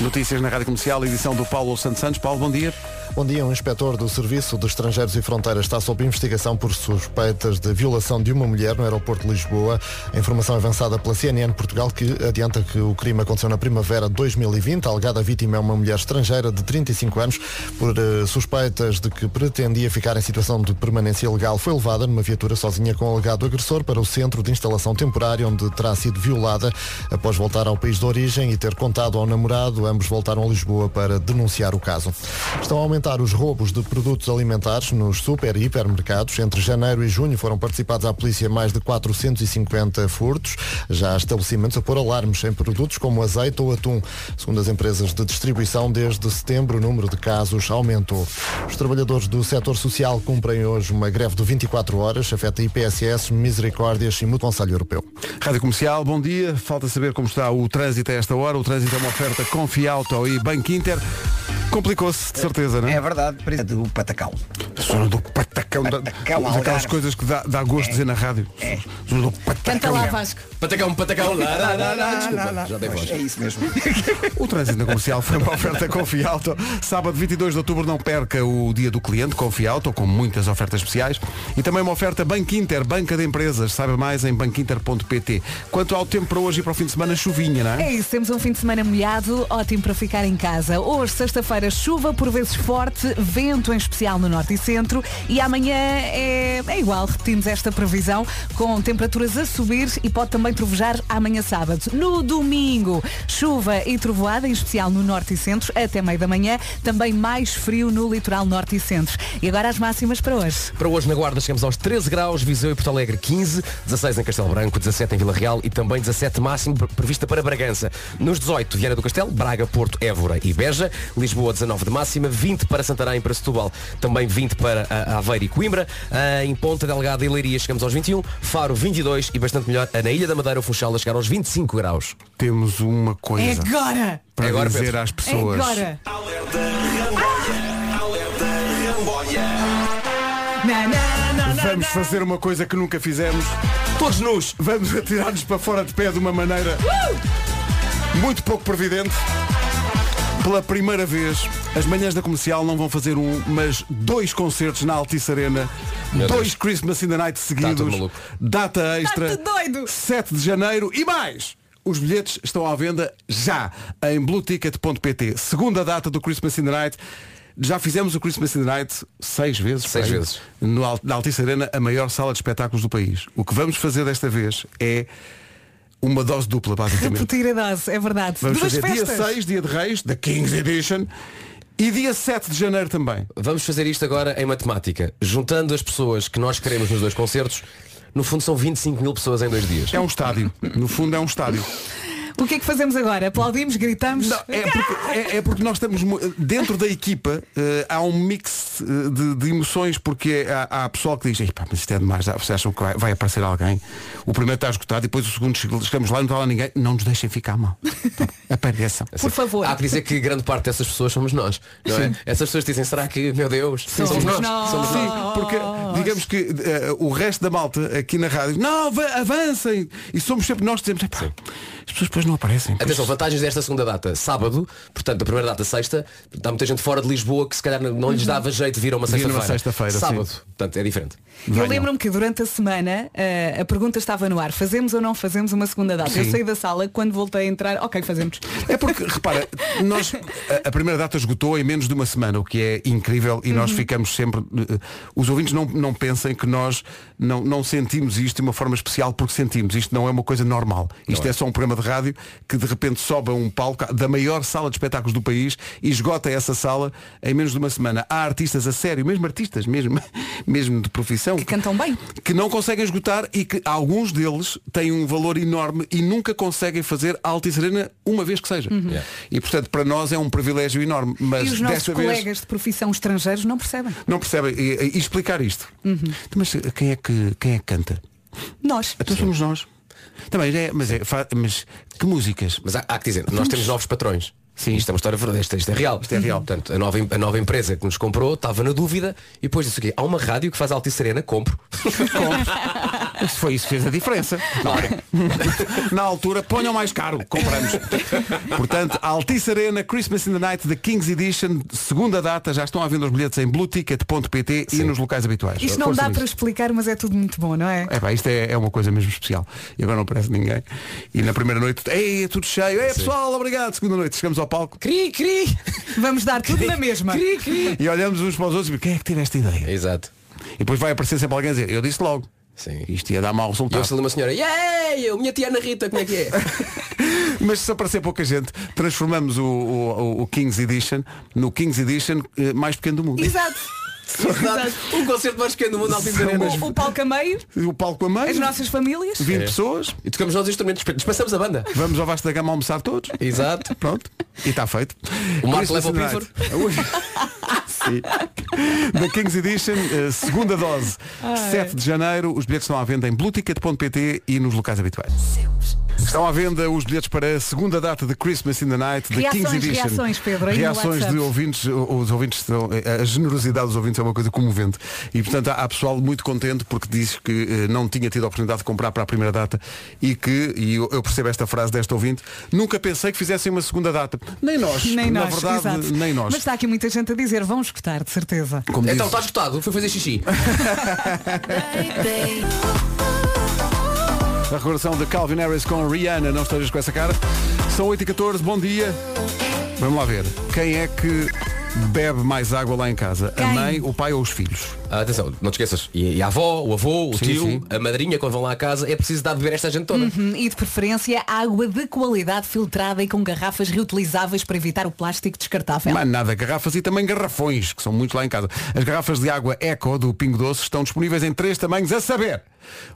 Notícias na Rádio Comercial, edição do Paulo Santos Santos. Paulo, bom dia.
Bom dia, um inspetor do Serviço de Estrangeiros e Fronteiras está sob investigação por suspeitas de violação de uma mulher no aeroporto de Lisboa. A informação avançada pela CNN Portugal que adianta que o crime aconteceu na primavera de 2020. A alegada vítima é uma mulher estrangeira de 35 anos por eh, suspeitas de que pretendia ficar em situação de permanência ilegal. Foi levada numa viatura sozinha com o alegado agressor para o centro de instalação temporária onde terá sido violada após voltar ao país de origem e ter contado ao namorado. Ambos voltaram a Lisboa para denunciar o caso. Estão a aumentar os roubos de produtos alimentares nos super e hipermercados. Entre janeiro e junho foram participados à polícia mais de 450 furtos. Já há estabelecimentos a pôr alarmes em produtos como azeite ou atum. Segundo as empresas de distribuição, desde setembro o número de casos aumentou. Os trabalhadores do setor social cumprem hoje uma greve de 24 horas. Afeta IPSS, Misericórdias e muito Conselho Europeu.
Rádio Comercial, bom dia. Falta saber como está o trânsito a esta hora. O trânsito é uma oferta Confiauto e Banco Inter. Complicou-se, de certeza, não é?
É verdade, por exemplo, do Patacal.
Zona do patacão, É. da-
Patacão,
daquelas
Algarve.
coisas que dá, dá gosto dizer na rádio. Zona do patacão.
Canta lá, Vasco.
Patacão, patacão, lá, lá, lá, lá, desculpa, já dei voz.
É isso mesmo.
O trânsito na comercial foi uma oferta Confialto. Sábado 22 de outubro não perca o dia do cliente Confialto com muitas ofertas especiais e também uma oferta Banco Inter, banca de empresas. Saiba mais em banquinter.pt. Quanto ao tempo para hoje e para o fim de semana, chuvinha, não é?
É isso, temos um fim de semana molhado, ótimo para ficar em casa. Hoje, sexta-feira, chuva por vezes forte, vento em especial no norte e centro e amanhã é, é igual, repetimos esta previsão, com temperaturas a subir e pode também trovejar amanhã sábado. No domingo, chuva e trovoada, em especial no norte e centro, até meio da manhã, também mais frio no litoral norte e centro. E agora as máximas para hoje.
Para hoje na Guarda chegamos aos 13 graus, Viseu e Porto Alegre 15, 16 em Castelo Branco, 17 em Vila Real e também 17 máximo pre- prevista para Bragança. Nos 18, Vieira do Castelo, Braga, Porto, Évora e Beja, Lisboa 19 de máxima, 20 para Santarém e para Setúbal, também 20 para ah, Aveiro e Coimbra, Ah, em Ponta Delgada e Leiria chegamos aos 21, Faro 22 e bastante melhor ah, na Ilha da Madeira, o Funchal a chegar aos 25 graus.
Temos uma
É
coisa
agora!
para
Agora,
dizer
Pedro.
às
É
pessoas.
agora!
Vamos fazer uma coisa que nunca fizemos.
Todos nus!
Vamos atirar-nos para fora de pé de uma maneira muito pouco previdente. Pela primeira vez, as manhãs da comercial não vão fazer um, mas dois concertos na Altice Arena,
Meu
dois
Deus.
Christmas in the Night
Tá
seguidos,
tudo maluco.
data
Tá
extra,
tudo doido.
7 de janeiro e mais! Os bilhetes estão à venda já em blueticket.pt. Segunda data do Christmas in the Night. Já fizemos o Christmas in the Night seis vezes.
Seis
por aí,
vezes.
No, Al- na Altice Arena, a maior sala de espetáculos do país. O que vamos fazer desta vez é uma dose dupla, basicamente.
Repetir a dose, é verdade.
Vamos
Duas
fazer
festas.
dia 6, dia de Reis, da King's Edition, e dia 7 de janeiro também.
Vamos fazer isto agora em matemática. Juntando as pessoas que nós queremos nos dois concertos, no fundo são 25 mil pessoas em dois dias.
É um estádio. No fundo é um estádio.
O que é que fazemos agora? Aplaudimos, gritamos?
Não, é, porque, é- é porque nós estamos mu- dentro da equipa eh, há um mix eh, de, de emoções porque há, há pessoal que diz, "Ei, pá, mas isto é demais, já- vocês acham que vai, vai aparecer alguém? O primeiro está esgotado e depois o segundo chega- chegamos lá, não está lá ninguém, não nos deixem ficar mal. Apareçam.
Por favor.
Assim, Há que dizer que grande parte dessas pessoas somos nós. Não é? Essas pessoas dizem, será que, meu Deus, somos nós? Somos
Sim,
nós.
porque digamos que eh, o resto da malta aqui na rádio, não, va- avancem! E somos sempre nós que dizemos, "Epá, as pessoas depois não aparecem. Pois-
Atenção, vantagens desta segunda data, sábado, portanto, a primeira data, sexta, há muita gente fora de Lisboa que se calhar não lhes dava jeito de Uhum. vir a uma
Vir numa
sexta-feira.
sexta-feira, sim.
sábado, portanto, é diferente.
Eu
Venham.
lembro-me que durante a semana eh, a pergunta estava no ar, fazemos ou não fazemos uma segunda data? Eu
Sim.
saí da sala, quando voltei a entrar, ok, fazemos.
É porque, repara, nós a, a primeira data esgotou em menos de uma semana, o que é incrível e nós ficamos sempre. eh, Os ouvintes não, não pensem que nós não, não sentimos isto de uma forma especial porque sentimos. Isto não é uma coisa normal. Isto é. só um programa de rádio que de repente sobe a um palco da maior sala de espetáculos do país e esgota essa sala em menos de uma semana. Há artistas a sério, mesmo artistas, mesmo, [LAUGHS] mesmo de profissão.
Que cantam bem.
Que não conseguem esgotar e que alguns deles têm um valor enorme e nunca conseguem fazer a Altice Arena uma vez que seja.
Yeah.
E portanto para nós é um privilégio enorme, mas
Uhum. e os nossos
desta
colegas
vez
de profissão estrangeiros não percebem.
não percebem e, e explicar isto.
Uhum.
Então, Mas quem é que quem é que canta?
Nós.
Então somos nós. Também é, mas é, fa- mas que músicas?
Mas há, há que dizer, nós temos novos patrões. Sim. Isto é uma história verdadeira, isto, isto é real. Isto é real. Portanto, a nova, em- a nova empresa que nos comprou estava na dúvida e depois disse o quê? Há uma rádio que faz Altice Serena, compro.
Se foi isso que fez a diferença. Na altura, ponham mais caro, compramos. Portanto, Altice Arena, Christmas in the Night, The Kings Edition, segunda data, já estão à venda os bilhetes em blueticket.pt e nos locais habituais.
Isto não
Força
dá
nisso.
para explicar, mas é tudo muito bom, não é?
É pá, isto é, é uma coisa mesmo especial. E agora não aparece ninguém. E na primeira noite, ei, é tudo cheio. Ei, pessoal, obrigado. Segunda noite, chegamos ao palco
Cri, cri, [LAUGHS]
Vamos dar tudo na mesma.
cri, cri.
e olhamos uns para os outros e quem é que teve esta ideia?
Exato.
E depois vai aparecer sempre alguém a dizer, eu disse logo.
Sim.
Isto ia dar mau
E eu
resultado.
ouço ali uma senhora, "Yay, eu, minha tia Ana Rita, como é que é?
[LAUGHS] Mas se aparecer pouca gente, transformamos o, o, o Kings Edition no Kings Edition eh, mais pequeno do mundo.
Exato. Exato.
um concerto mais pequeno do mundo Altice
São
Arena.
umas-
O, o palco a meio,
O palco a meio,
as nossas famílias.
É.
20 pessoas,
E tocamos nós os instrumentos, dispensamos a banda.
vamos ao Vasco da Gama almoçar todos.
Exato.
Pronto, e está feito.
O Marco
Christmas
leva o
in the Night. [LAUGHS] Sim. The Kings Edition, eh, segunda dose, 7 de janeiro. Os bilhetes estão à venda em blueticket.pt e nos locais habituais. Estão à venda os bilhetes para a segunda data de Christmas in the Night, da
Reações,
Kings Edition.
reações, Pedro, aí no
Reações de
WhatsApp.
ouvintes, os ouvintes estão, eh, a generosidade dos ouvintes é uma coisa comovente. E portanto há, há pessoal muito contente porque diz que eh, não tinha tido a oportunidade de comprar para a primeira data e que, e eu, eu percebo esta frase desta ouvinte, nunca pensei que fizessem uma segunda data. Nem nós.
Nem
Na
nós,
verdade,
exato.
nem nós.
Mas tá- está aqui muita gente a dizer, vão escutar, de certeza.
Como diz-
Então, está esgotado, foi fazer xixi.
A recordação de Calvin Harris com Rihanna, não estejas com essa cara. São 8h14, bom dia. Vamos lá ver. Quem é que bebe mais água lá em casa? A
Quem?
mãe, o pai ou os filhos?
Ah, atenção, não te esqueças. E, e a avó, o avô, o
Sim,
tio,
sim. Uhum.
a madrinha, quando vão lá à casa, é preciso dar de beber esta gente toda.
Hum, E de preferência água de qualidade filtrada e com garrafas reutilizáveis para evitar o plástico descartável.
Mas nada, garrafas e também garrafões, que são muitos lá em casa. As garrafas de água Eco do Pingo Doce estão disponíveis em três tamanhos, a saber,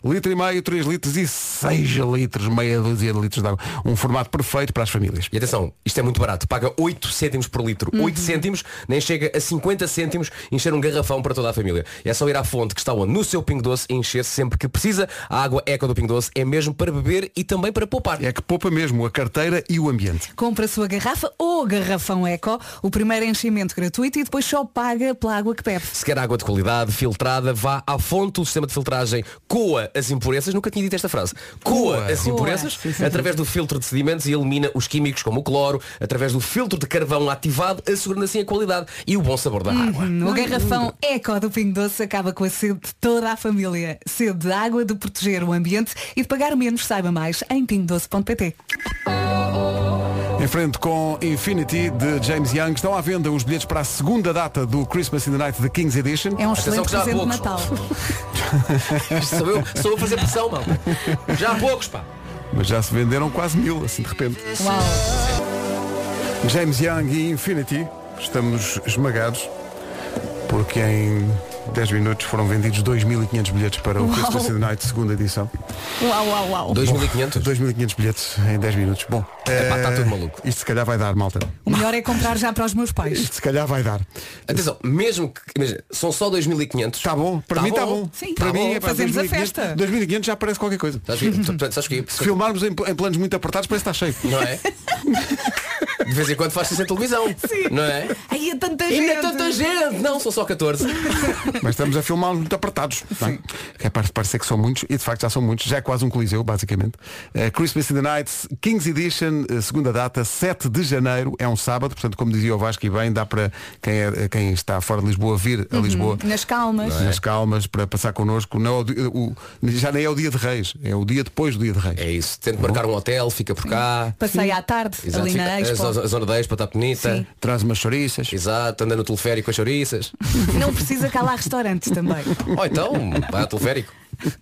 litro e meio, 3 litros e 6 litros, meia dúzia de litros de água. Um formato perfeito para as famílias.
E atenção, isto é muito barato. Paga 8 cêntimos por litro.
Uhum.
8 cêntimos, nem chega a 50 cêntimos encher um garrafão para toda a família. É só ir à fonte que está onde? No seu Pingo Doce e encher sempre que precisa. A água Eco do Pingo Doce é mesmo para beber e também para poupar.
É que poupa mesmo a carteira e o ambiente.
Compra a sua garrafa ou garrafão eco, o primeiro enchimento gratuito e depois só paga pela água que bebe.
Se quer água de qualidade, filtrada, vá à fonte. O sistema de filtragem coa as impurezas. Nunca tinha dito esta frase. Coa, as
Coa.
impurezas
Sim, sim.
através do filtro de sedimentos e elimina os químicos como o cloro, através do filtro de carvão ativado, assegurando assim a qualidade e o bom sabor da água.
Hum, O garrafão eco do Pingo Doce acaba com a sede de toda a família. Sede de água, de proteger o ambiente e de pagar menos. Saiba mais em pingodoce.pt.
Em frente com Infinity de James Young estão à venda os bilhetes para a segunda data do Christmas in the Night da Kings Edition.
É
Atenção
um excelente
que já há
presente de
poucos.
Natal.
Isto sou eu, sou eu a fazer pressão, mal. Já há poucos, pá.
Mas já se venderam quase mil, assim de repente.
Uau.
James Young e Infinity, estamos esmagados, porque em 10 minutos foram vendidos 2.500 bilhetes para o
Uau.
Christmas in the Night, segunda edição.
Uau, uau, uau.
2500.
2.500 bilhetes em 10 minutos. Bom,
Epá,
eh,
tá tudo maluco.
Isto se calhar vai dar, malta.
O melhor é comprar já para os meus pais.
Isto se calhar vai dar.
Atenção, mesmo que imagina, são só 2500.
Está Tá bom? Para mim está bom.
Sim,
para
tá
mim
bom.
é para
Fazemos a
2500.
festa.
2.500 já parece qualquer coisa.
Estás a ver? Portanto, Estás a ver?
Se filmarmos em, em planos muito apertados, parece que está cheio.
Não é? De vez em quando faz-se isso em televisão.
Sim.
Não é?
[LAUGHS] Aí é tanta gente.
Ainda tanta gente! Não, são só 14.
Mas estamos a filmar muito apertados. não é? Que é para parecer que são muitos, e de facto já são muitos, já é quase um coliseu, basicamente. Eh, Christmas in the Night, Kings Edition, eh, segunda data, 7 de janeiro, é um sábado, portanto, como dizia o Vasco e bem, dá para quem, é- quem está fora de Lisboa vir a Lisboa. é?
Nas calmas.
é?
Nas calmas para passar connosco Não é o di- o- Já nem é o dia de reis É o dia depois do dia de reis
É isso. Tento marcar um hotel, fica por cá.
Passei à tarde
Exato,
ali na
fica- a zo-
Expo.
a zona da Expo está bonita.
Sim.
Traz umas chouriças
Exato, anda no teleférico com as chouriças.
Não precisa que há lá restaurantes também.
Ou então, vai ao teleférico.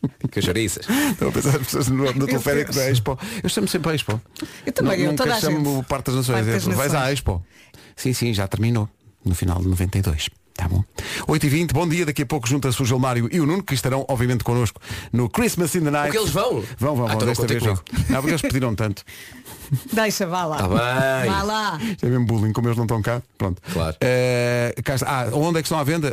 Com as chouriças.
Estou a pensar as pessoas no, no teleférico
Deus.
da Expo. Eu chamo sempre a Expo.
Eu também,
Nu-
eu,
nunca
toda a
chamo
gente.
Parte das Nações.
Parte das
é, Vais
Nações.
à Expo. Sim, sim, já terminou. No final de 92. Tá bom. 8h20, bom dia. Daqui a pouco junta-se o Gilmário e o Nuno, que estarão, obviamente, connosco no Christmas in the Night.
Porque eles vão? Ah,
Vão, vão, vão.
então não
desta
contei
vez não.
comigo.
Não, porque eles pediram tanto.
Deixa, vá lá.
Está Tá bem.
Vá lá.
Isto É mesmo bullying, como eles não estão cá. Pronto.
Claro.
Eh, cá está. Ah, onde é que estão à venda?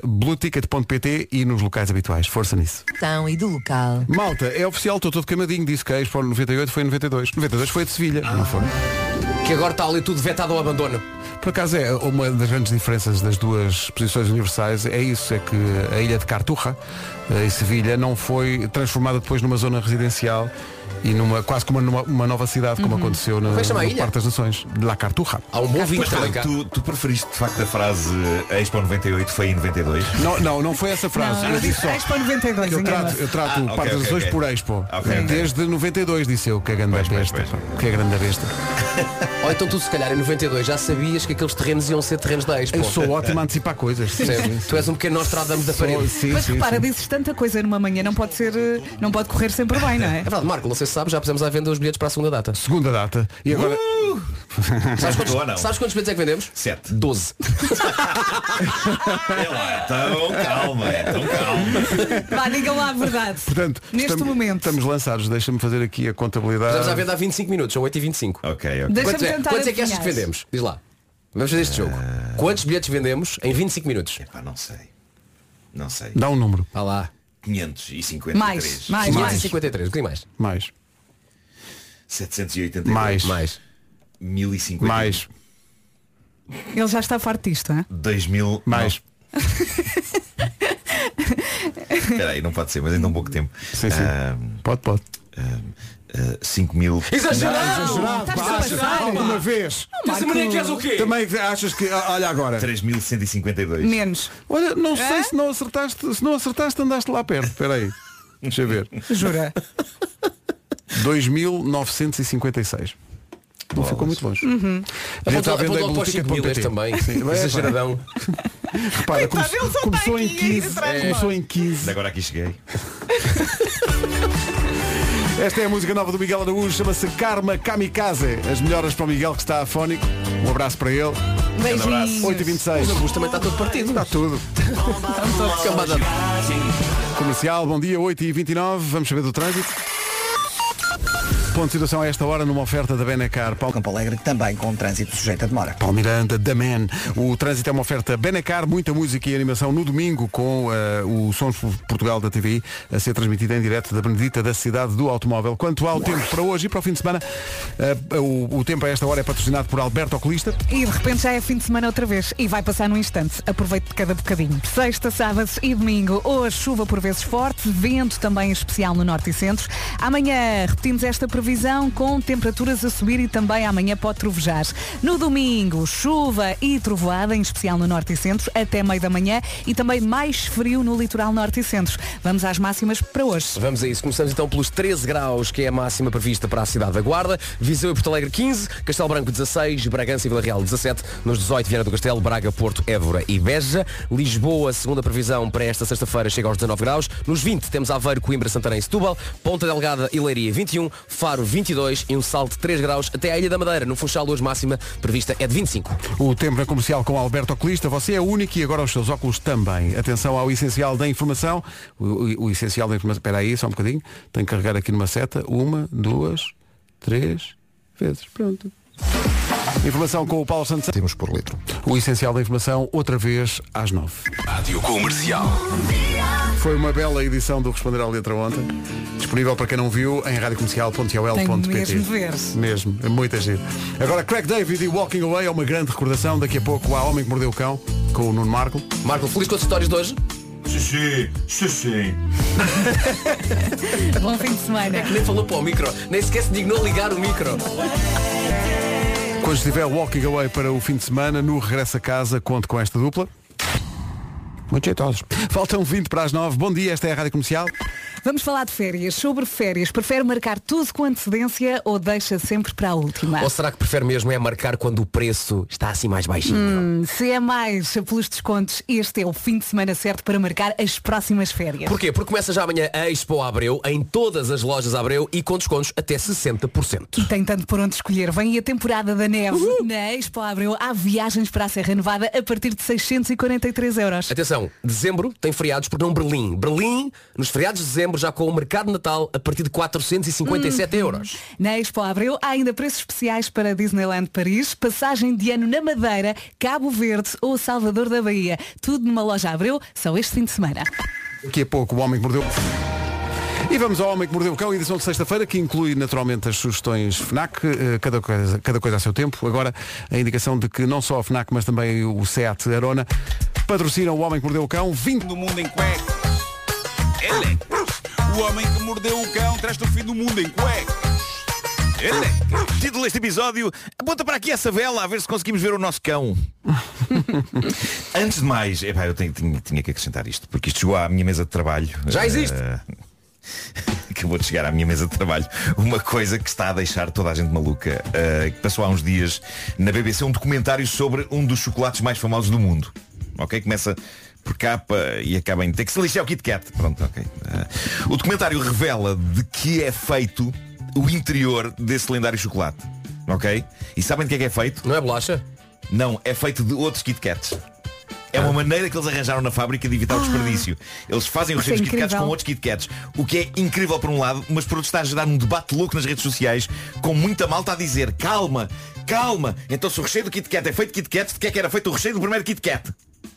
Blueticket.pt e nos locais habituais. Força nisso.
Então, e do local?
Malta, é oficial, estou todo camadinho. Disse que a Expo 98 foi em 92. 92 foi a de Sevilha, não foi?
Que agora está ali tudo vetado ao abandono.
Por acaso é uma das grandes diferenças das duas posições universais é isso, é que a ilha de Carturra eh, em Sevilha não foi transformada depois numa zona residencial e numa quase como numa, uma nova cidade, como aconteceu na,
Como é que chama a
no
ilha?
Parque das Nações, de La Carturra.
Há um bom vinho também cá.
tá, Tu, tu preferiste de facto a frase a Expo 98 foi em 92?
Não, não, não foi essa frase.
Não, é
eu disse só.
Expo 92,
que eu trato,
engana-se.
eu trato
Ah,
o
ok,
Parque das
ok,
Nações
ok.
por Expo.
Ok, ok.
Desde 92, disse eu, que é grande
Pois, pois,
besta.
pois.
pá, Que é grande besta.
Ou então tu se calhar em 92 já sabias que aqueles terrenos iam ser terrenos da Expo.
Eu sou um ótimo a antecipar coisas.
Percebes? Tu és um pequeno Nostradamus da parede.
Sim,
Mas
sim,
repara,
sim.
dizes tanta coisa numa manhã, não pode ser, eh, não pode correr sempre bem, não é?
É verdade, Marco, não sei se sabes, já pusemos à venda os bilhetes para a segunda data.
Segunda data. E agora.
Uh,
Sabes
Ou não?
quantos, sabes quantos bilhetes é que vendemos?
Sete.
12.
É lá, então calma, é tão calma.
Vá, digam lá a verdade.
Portanto,
Neste
estamos,
momento.
estamos lançados. Deixa-me fazer aqui a
Estamos à
contabilidade.
venda há 25 minutos, são 8h25.
Ok, ok.
Deixa-me
Quantos, é,
tentar
quantos é que achas
adivinhar.
que vendemos? Diz lá. Vamos fazer este jogo.
Ah.
Quantos bilhetes vendemos em 25 minutos?
Epá, não sei. Não sei.
Dá um número.
Vá lá.
553.
Mais, mais, mais.
um 553, o que mais?
Mais.
782.
Mais.
Mais.
1050.
Mais.
Ele já está farto disto, é? hã?
2000.
Mais.
Espera aí, não pode ser, mas
é
ainda um pouco tempo.
Sim, sim.
Ahm,
Pode, pode.
ah, 5000.
Exagerado!
Exagerado,
estás-te
pá,
a passar.
alguma vez.
Mas a que és o quê?
Também achas que. ah, Olha agora.
3152.
Menos.
Olha, não sei se não acertaste, se não acertaste andaste lá perto. Espera aí. Deixa eu ver.
Jura?
2956. Não ficou muito longe.
Uhum.
A gente
Apontou,
está à venda
apontou
em
logo para os 5 mil este
boletica.pt.
também.
Sim, é vai, vai.
Exageradão.
Repara, come-
ele só
começou
está
em
aqui,
15.
atrás de
Começou em 15.
Agora aqui cheguei.
Esta é a música nova do Miguel Araújo, chama-se Karma Kamikaze. As melhoras para o Miguel que está afónico. Um abraço para ele.
Beijinhos.
8h26.
O também está todo partido.
Está tudo. Comercial, bom dia, 8h29. Vamos saber do trânsito. Ponto de situação a esta hora numa oferta da Benacar. Paulo
Campo Alegre também com trânsito sujeito a demora.
Paulo Miranda, The Man. O trânsito é uma oferta Benacar, muita música e animação no domingo com eh, o Sons por Portugal da TV a ser transmitida em direto da Benedita da Cidade do Automóvel. Quanto ao tempo para hoje e para o fim de semana, eh, o, o tempo a esta hora é patrocinado por Alberto Oculista.
E de repente já é fim de semana outra vez e vai passar num instante. Aproveite de cada bocadinho. Sexta, sábado e domingo. Hoje chuva por vezes forte, vento também em especial no norte e centro. Amanhã repetimos esta previsão com temperaturas a subir e também amanhã pode trovejar. No domingo, chuva e trovoada, em especial no norte e centro, até meio da manhã e também mais frio no litoral norte e centro. Vamos às máximas
[LAUGHS]
para hoje.
Vamos a isso. Começamos então pelos 13 graus, que é a máxima prevista para a cidade da Guarda. Viseu e Porto Alegre 15, Castelo Branco 16, Bragança e Vila Real 17, nos 18 Viana do Castelo, Braga, Porto, Évora e Beja. Lisboa, segunda previsão para esta sexta-feira, chega aos 19 graus. Nos 20 temos Aveiro, Coimbra, Santarém e Setúbal, Ponta Delgada e Leiria 21, Faro 22 e um salto de 3 graus até à Ilha da Madeira. No Funchal hoje máxima prevista é de 25.
O tempo é comercial com Alberto Oculista. Você é único e agora os seus óculos também. Atenção ao essencial da informação. O, o- o essencial da informação. Espera aí, só um bocadinho. Tenho que carregar aqui numa seta. Uma, duas, três vezes. Pronto. Informação com o Paulo Santos.
Temos por litro.
O essencial da informação, outra vez às nove.
Rádio Comercial.
Foi uma bela edição do Responder à Letra ontem. Disponível para quem não viu em
Tenho
radiocomercial.ol.pt
mesmo de ver.
Mesmo, é muita gente. Agora, Craig David e Walking Away é uma grande recordação. Daqui a pouco há Homem que Mordeu o Cão, com o Nuno Marco.
Marco, feliz com as histórias de hoje?
Xixi, xixi.
Bom fim de semana.
Nem falou para o micro, nem sequer se dignou ligar o micro.
Quando estiver Walking Away para o fim de semana, no Regresso a Casa, conto com esta dupla. Muito jeitosos. Faltam 20 para as 9. Bom dia, esta é a Rádio Comercial.
Vamos falar de férias. Sobre férias, prefere marcar tudo com antecedência ou deixa sempre para a última?
Ou será que prefere mesmo é marcar quando o preço está assim mais baixinho?
Se é mais pelos descontos, este é o fim de semana certo para marcar as próximas férias.
Porquê? Porque começa já amanhã a Expo Abreu, em todas as lojas Abreu e com descontos até 60%.
E tem tanto por onde escolher. Vem aí a temporada da neve. Na Expo Abreu há viagens para a Serra Nevada a partir de 643 euros.
Atenção, dezembro tem feriados por não Berlim. Berlim, nos feriados de dezembro, já com o mercado de natal a partir de 457
Uhum.
euros.
Na Expo Abreu há ainda preços especiais para Disneyland Paris, passagem de ano na Madeira, Cabo Verde ou Salvador da Bahia. Tudo numa loja Abreu, só este fim de semana.
Daqui a pouco o Homem que Mordeu. E vamos ao Homem que Mordeu o Cão, edição de sexta-feira, que inclui naturalmente as sugestões FNAC, eh, cada coisa, cada coisa a seu tempo. Agora, a indicação de que não só a FNAC, mas também o SEAT Arona patrocinam o Homem que Mordeu o Cão. 20
Do mundo em cueca. Ele. O homem que mordeu o cão traz-te o fim do mundo em cueca. Ele.
é Título deste episódio, aponta para aqui essa vela a ver se conseguimos ver o nosso cão. Antes de mais, epá, eu tenho- tinha, tinha que acrescentar isto, porque isto chegou à minha mesa de trabalho.
Já existe?
Eh, [LAUGHS] Acabou de chegar à minha mesa de trabalho uma coisa que está a deixar toda a gente maluca. eh, que passou há uns dias na BBC um documentário sobre um dos chocolates mais famosos do mundo. Ok? Começa por capa e acaba em ter que se lixar o Kit Kat. Pronto, ok. Eh, o documentário revela de que é feito o interior desse lendário chocolate. Ok? E sabem de que é que é feito?
Não é bolacha?
Não, é feito de outros Kit Kats. É
Ah.
uma maneira que eles arranjaram na fábrica de evitar o desperdício. Eles fazem os
Isso é
seus Kit Kats
incrível.
com outros Kit Kats. O que é incrível por um lado, mas por outro está a gerar um debate louco nas redes sociais, com muita malta a dizer, calma, calma, então se o recheio do Kit Kat é feito de Kit Kats, de que é que era feito o recheio do primeiro Kit Kat?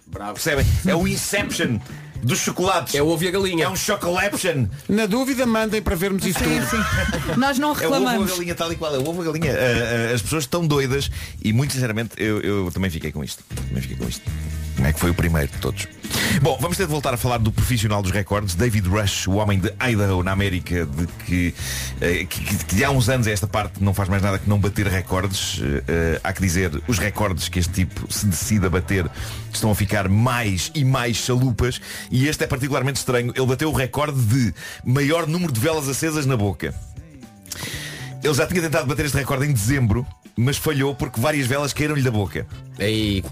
Bravo. Percebem? É o Inception. dos chocolates.
É o ovo e a galinha.
É um chocolaption.
Na dúvida, mandem para vermos isto
Sim,
tudo.
sim. Nós não
É o ovo, a
reclamamos.
galinha tal e qual. É o ovo, a galinha. Ah, ah, as pessoas estão doidas e muito sinceramente eu, eu também fiquei com isto. Também fiquei com isto. Como é que foi o primeiro de todos? Bom, vamos ter de voltar a falar do profissional dos recordes, David Rush, o homem de Idaho, na América, de que, eh, que, que- que há uns anos a esta parte não faz mais nada que não bater recordes. Eh, eh, há que dizer, os recordes que este tipo se decide a bater estão a ficar mais e mais chalupas e este é particularmente estranho. Ele bateu o recorde de maior número de velas acesas na boca. Ele já tinha tentado bater este recorde em dezembro, mas falhou porque várias velas caíram-lhe da boca. [LAUGHS]
Aí,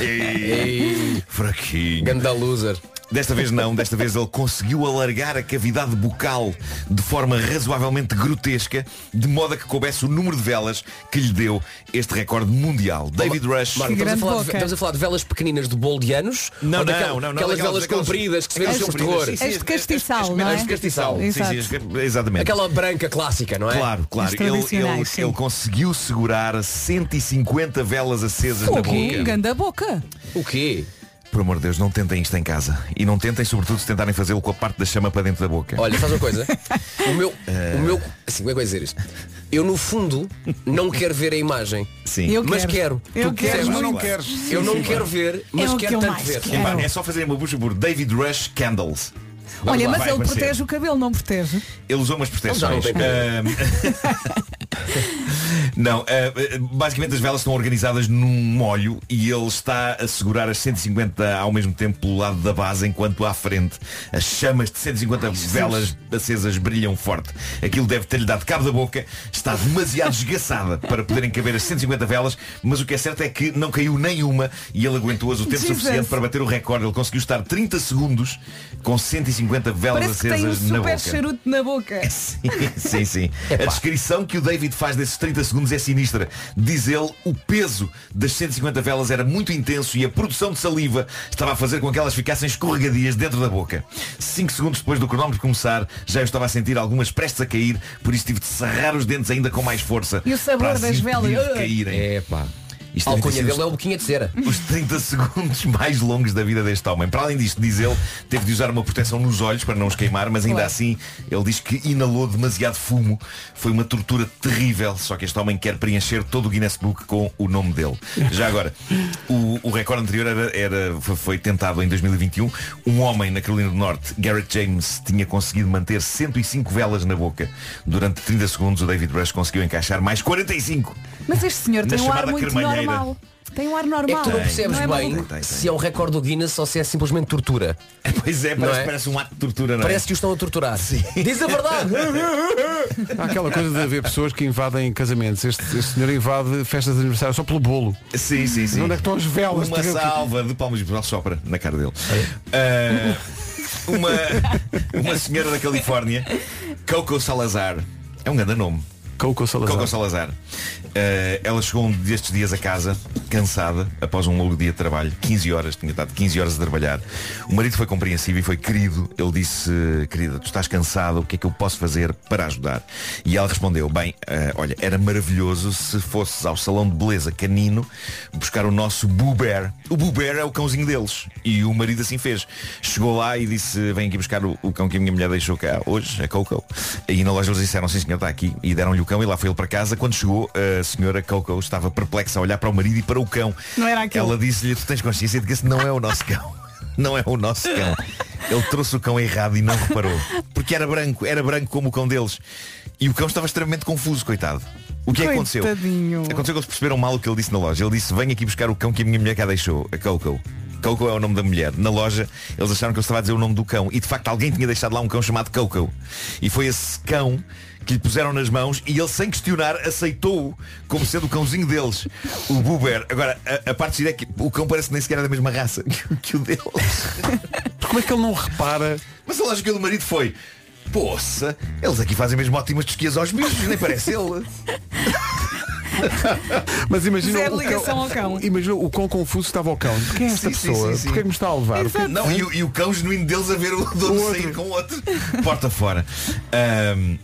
Ei, Fraquinho.
ganda loser.
Desta vez não, desta vez ele conseguiu alargar a cavidade bucal de forma razoavelmente grotesca, de modo a que coubesse o número de velas que lhe deu este recorde mundial. David Rush.
Marco, estamos, a
Grande
falar de,
boca.
estamos a falar de velas pequeninas de bolo de anos?
Não, não,
Ou daquela-
não, não,
Aquelas
daquelas-
velas
daquelas-
compridas que se vê no
As
filme de
compridas,
terror.
sim, sim,
Este castiçal,
as- as-
não é?
as de castiçal. Sim,
Exato.
sim, as- exatamente.
É Aquela branca clássica, não é?
Claro, claro.
As
Ele, ele,
tradicionais, sim.
ele conseguiu segurar 150 velas acesas na
O
boca.
quê? Ganda boca.
O quê?
Por amor de Deus, não tentem isto em casa. E não tentem, sobretudo, se tentarem fazê-lo com a parte da chama para dentro da boca.
Olha, faz uma coisa. o meu. O meu. Assim, como é que eu ia dizer isto? Eu no fundo não quero ver a imagem.
Sim.
Eu
Mas quero.
quero. Eu
Tu
quero
queres,
Mas
mas
não
claro.
queres.
Eu não quero ver, mas
É o que
quero
eu
tanto
mais
ver.
quero.
Epá, é só fazerem uma busca por David Rush Candles. Vamos
Olha,
lá,
mas
vai
ele
aparecer.
protege o cabelo, não protege?
Ele usou umas
Então já não
proteções.
tem
Ahm, não, ah, basicamente as velas estão organizadas num molho e ele está a segurar as 150 ao mesmo tempo pelo lado da base, enquanto à frente as chamas de 150 velas acesas brilham forte. Aquilo deve ter-lhe dado cabo da boca, está
[LAUGHS]
demasiado esgaçada para poderem caber as 150 velas, mas o que é certo é que não caiu nenhuma e ele aguentou-as o tempo
Jesus.
suficiente para bater o recorde. Ele conseguiu estar 30 segundos com 150 velas
Parece que tem um
acesas na
super
boca.
charuto
[LAUGHS]
na boca.
Sim,
[LAUGHS]
sim, sim. A descrição que o David faz desses 30 segundos é sinistra. Diz ele, o peso das 150 velas era muito intenso e a produção de saliva estava a fazer com que elas ficassem escorregadias dentro da boca. 5 segundos depois do cronómetro começar, já eu estava a sentir algumas prestes a cair, por isso tive de serrar os dentes ainda com mais força.
E o sabor
para as
das
impedir
velas.
de caírem.
É pá.
Isto
A
deve ter
alcunha
sido
dele é o boquinha de cera.
os 30 segundos mais longos da vida deste homem. Para além disto, diz ele, teve de usar uma proteção nos olhos para não os queimar, mas ainda
Claro.
assim ele diz que inalou demasiado fumo. Foi uma tortura terrível, só que este homem quer preencher todo o Guinness Book com o nome dele. Já agora, o, o recorde anterior era, era- foi- foi tentado em 2021. Um homem na Carolina do Norte, Garrett James, tinha conseguido manter 105 velas na boca. Durante 30 segundos o David Rush conseguiu encaixar mais 45.
Mas este senhor
Na
tem um ar
chamada
muito
cremalheira.
normal. Tem um ar
É
normal.
que tu não percebes
Não é
bem
maluco?
Tem, tem,
se
tem.
é um recorde do Guinness ou se é simplesmente tortura.
[LAUGHS] Pois é,
Não
parece,
é?
parece um ato de tortura, não é?
Parece que o estão a torturar. Diz a verdade.
Há aquela coisa de haver pessoas que invadem casamentos. Este, este senhor invade festas de aniversário só pelo bolo.
Sim, sim, sim.
Onde é que estão as velas?
Uma
Tem-
salva de palmas de sopra na cara dele. Ah, uma, uma senhora da Califórnia, Coco Salazar. É um grande nome.
Coco Salazar.
Coco Salazar. Ah, ela chegou um destes dias a casa, cansada, após um longo dia de trabalho, 15 horas, tinha estado 15 horas a trabalhar. O marido foi compreensível e foi querido. Ele disse, querida, tu estás cansada, o que é que eu posso fazer para ajudar? E ela respondeu, bem, ah, olha, era maravilhoso se fosses ao salão de beleza canino buscar o nosso Boo Bear. O Boo Bear é o cãozinho deles. E o marido assim fez. Chegou lá e disse, vem aqui buscar o, o cão que a minha mulher deixou cá hoje, a Coco. E na loja eles disseram, sim senhor, está aqui. E deram-lhe o cão e lá foi ele para casa. Quando chegou, a senhora Coco estava perplexa a olhar para o marido e para o cão.
Não era aquilo.
Ela disse-lhe, tu tens consciência de que esse não é o nosso cão. [LAUGHS] Não é o nosso cão. Ele trouxe o cão errado e não reparou. Porque era branco, era branco como o cão deles. E o cão estava extremamente confuso, coitado. O que é que aconteceu?
Coitadinho.
Aconteceu que eles perceberam mal o que ele disse na loja. Ele disse, vem aqui buscar o cão que a minha mulher cá deixou, a Coco. Coco é o nome da mulher. Na loja, eles acharam que ele estava a dizer o nome do cão. E de facto alguém tinha deixado lá um cão chamado Coco. E foi esse cão que lhe puseram nas mãos e ele sem questionar aceitou-o como sendo o cãozinho deles, o Buber. Agora, a, a parte gira é que o cão parece que nem sequer é da mesma raça [LAUGHS] que, o- que o deles.
Como é que ele não repara?
Mas a lógica do marido foi, poça, eles aqui fazem mesmo ótimas tosquias aos bichos, nem parece ele.
Mas imagina
Zero
o
ligação ao cão.
Imagina o quão confuso estava o cão. De Quem é esta
Sim, sim,
pessoa?
sim, sim.
Porquê é que me está a levar?
Não, e, o- e o cão genuíno deles a ver o dono sair com o outro porta fora. Ahm,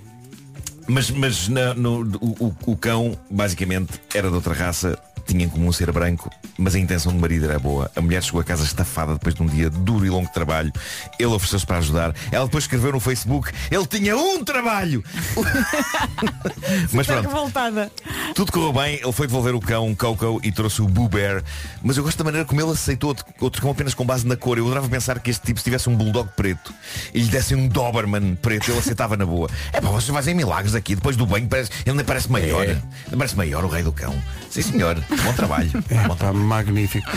mas mas na- no, o, o- o cão basicamente era de outra raça. tinha em comum ser branco, mas a intenção do marido era boa. A mulher chegou a casa estafada depois de um dia duro e longo de trabalho. Ele ofereceu-se para ajudar. Ela depois escreveu no Facebook, ele tinha um trabalho! [LAUGHS] mas
Super
pronto,
revoltada.
tudo correu bem, ele foi devolver o cão, um Coco, e trouxe o Boo Bear. Mas eu gosto da maneira como ele aceitou outro- outro cão apenas com base na cor. Eu adorava pensar que este tipo, se tivesse um bulldog preto e lhe dessem um Doberman preto, ele aceitava na boa. É pá, vocês fazem milagres aqui. Depois do banho, parece, ele nem parece maior. Ainda Parece maior o rei do cão. Sim, senhor. Bom trabalho. Bom
Está É, magnífico.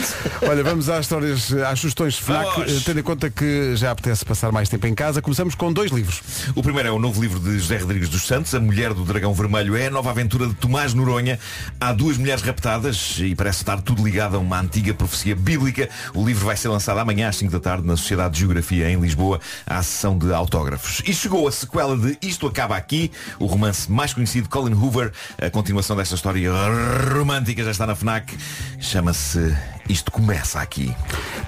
Olha, vamos às histórias, às sugestões FNAC,
Vamos.
eh, tendo em conta que já apetece passar mais tempo em casa. Começamos com dois livros.
O primeiro é o novo livro de José Rodrigues dos Santos, A Mulher do Dragão Vermelho. É a nova aventura de Tomás Noronha. Há duas mulheres raptadas e parece estar tudo ligado a uma antiga profecia bíblica. O livro vai ser lançado amanhã às 5 da tarde na Sociedade de Geografia em Lisboa, à sessão de autógrafos. E chegou a sequela de Isto Acaba Aqui, o romance mais conhecido de Colin Hoover. A continuação desta história romântica já está na FNAC. Chama-se Isto Começa Aqui.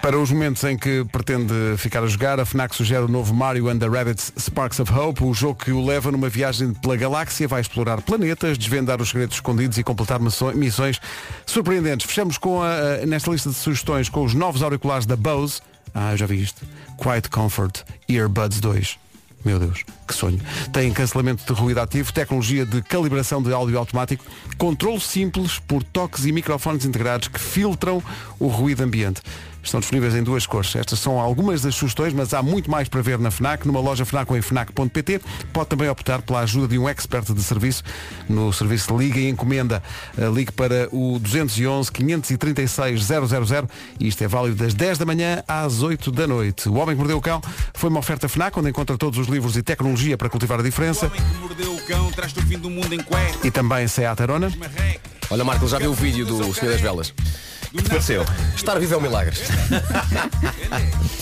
Para os momentos em que pretende ficar a jogar, a FNAC sugere o novo Mario and the Rabbids Sparks of Hope, o jogo que o leva numa viagem pela galáxia, vai explorar planetas, desvendar os segredos escondidos e completar misso- missões surpreendentes. Fechamos com a, a- nesta lista de sugestões com os novos auriculares da Bose. Ah, eu já vi isto. Quiet Comfort Earbuds 2. Meu Deus, que sonho. Tem cancelamento de ruído ativo, tecnologia de calibração de áudio automático, controle simples por toques e microfones integrados que filtram o ruído ambiente. Estão disponíveis em duas cores. Estas são algumas das sugestões, mas há muito mais para ver na FNAC, numa loja FNAC ou em FNAC.pt. Pode também optar pela ajuda de um expert de serviço no serviço Liga e Encomenda. Eh, Ligue para o 211 536 000 e isto é válido das 10 da manhã às 8 da noite. O Homem que Mordeu o Cão foi uma oferta FNAC, onde encontra todos os livros e tecnologia para cultivar a diferença.
Mordeu o cão, traz-te o fim do mundo em cuecas.
E também Seat Arona.
[LAUGHS] Olha, Marco, já viu o vídeo do Senhor das Velas?
O que te
pareceu?
Estar vivo é um
[LAUGHS]
milagre.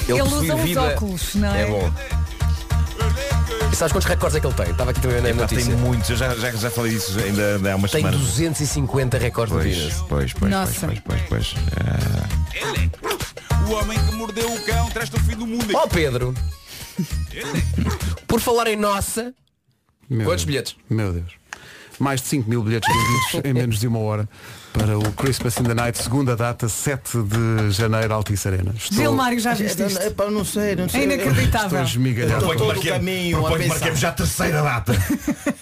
Ele
possui
usa uns óculos, não é?
É bom. E sabes quantos recordes é que ele tem? Estava aqui também na
Epá, tem
notícia.
muitos, eu já, já, já falei disso ainda há umas
Tem
semanas.
250 recordes de
Pois,
Guinness.
pois, pois, pois,
Nossa.
pois, pois, pois. Ah,
O homem que mordeu o cão, traz-te o fim do mundo em
Ó Pedro, por falar em nossa,
Meu
quantos
É.
Deus.
bilhetes?
Meu Deus. Mais de 5 mil bilhetes
[LAUGHS]
vendidos em menos de uma hora para o Christmas in the Night, segunda data, 7 de janeiro, Altice Arena. Estou,
Gilmário, já viste isto?
É pá, não sei, não
É
sei.
estou
inacreditável.
esmigalhado.
Todo o
marquemos-
caminho a
proponho que
pensar.
marquemos já a terceira
[LAUGHS]
data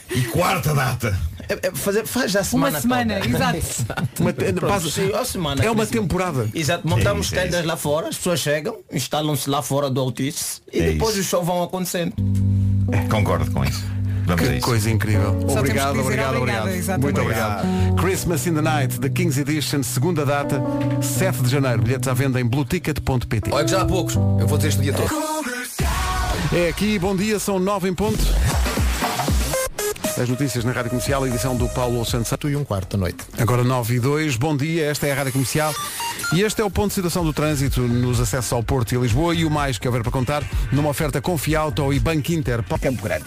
e quarta data.
É- é fazer- faz já a semana. [LAUGHS]
Uma semana,
toda.
exato.
Uma-
Pronto,
passa-
sim, a semana,
é uma
felizmente.
temporada.
Exato,
É
montamos
isso, é
tendas
isso.
lá fora, as pessoas chegam, instalam-se lá fora do Altice e
É
depois
isso.
os shows vão acontecendo.
É, Concordo com isso. Vamos a
Que
isso.
coisa incrível.
Só
Obrigado,
temos que dizer
obrigado,
obrigada,
obrigado.
exatamente.
Muito obrigado. Christmas in the Night, The Kings Edition, segunda data, 7 de janeiro. Bilhetes à venda em blueticket.pt.
Olha que já há poucos. Eu vou dizer este o dia todo.
É aqui, bom dia, são 9 em ponto. As notícias na Rádio Comercial, edição do Paulo Santos.
Tu e um quarto da noite.
Agora 9 e 2, bom dia, esta é a Rádio Comercial e este é o ponto de situação do trânsito nos acessos ao Porto e a Lisboa e o mais que houver para contar numa oferta Confiauto e Banco Inter.
Campo Grande.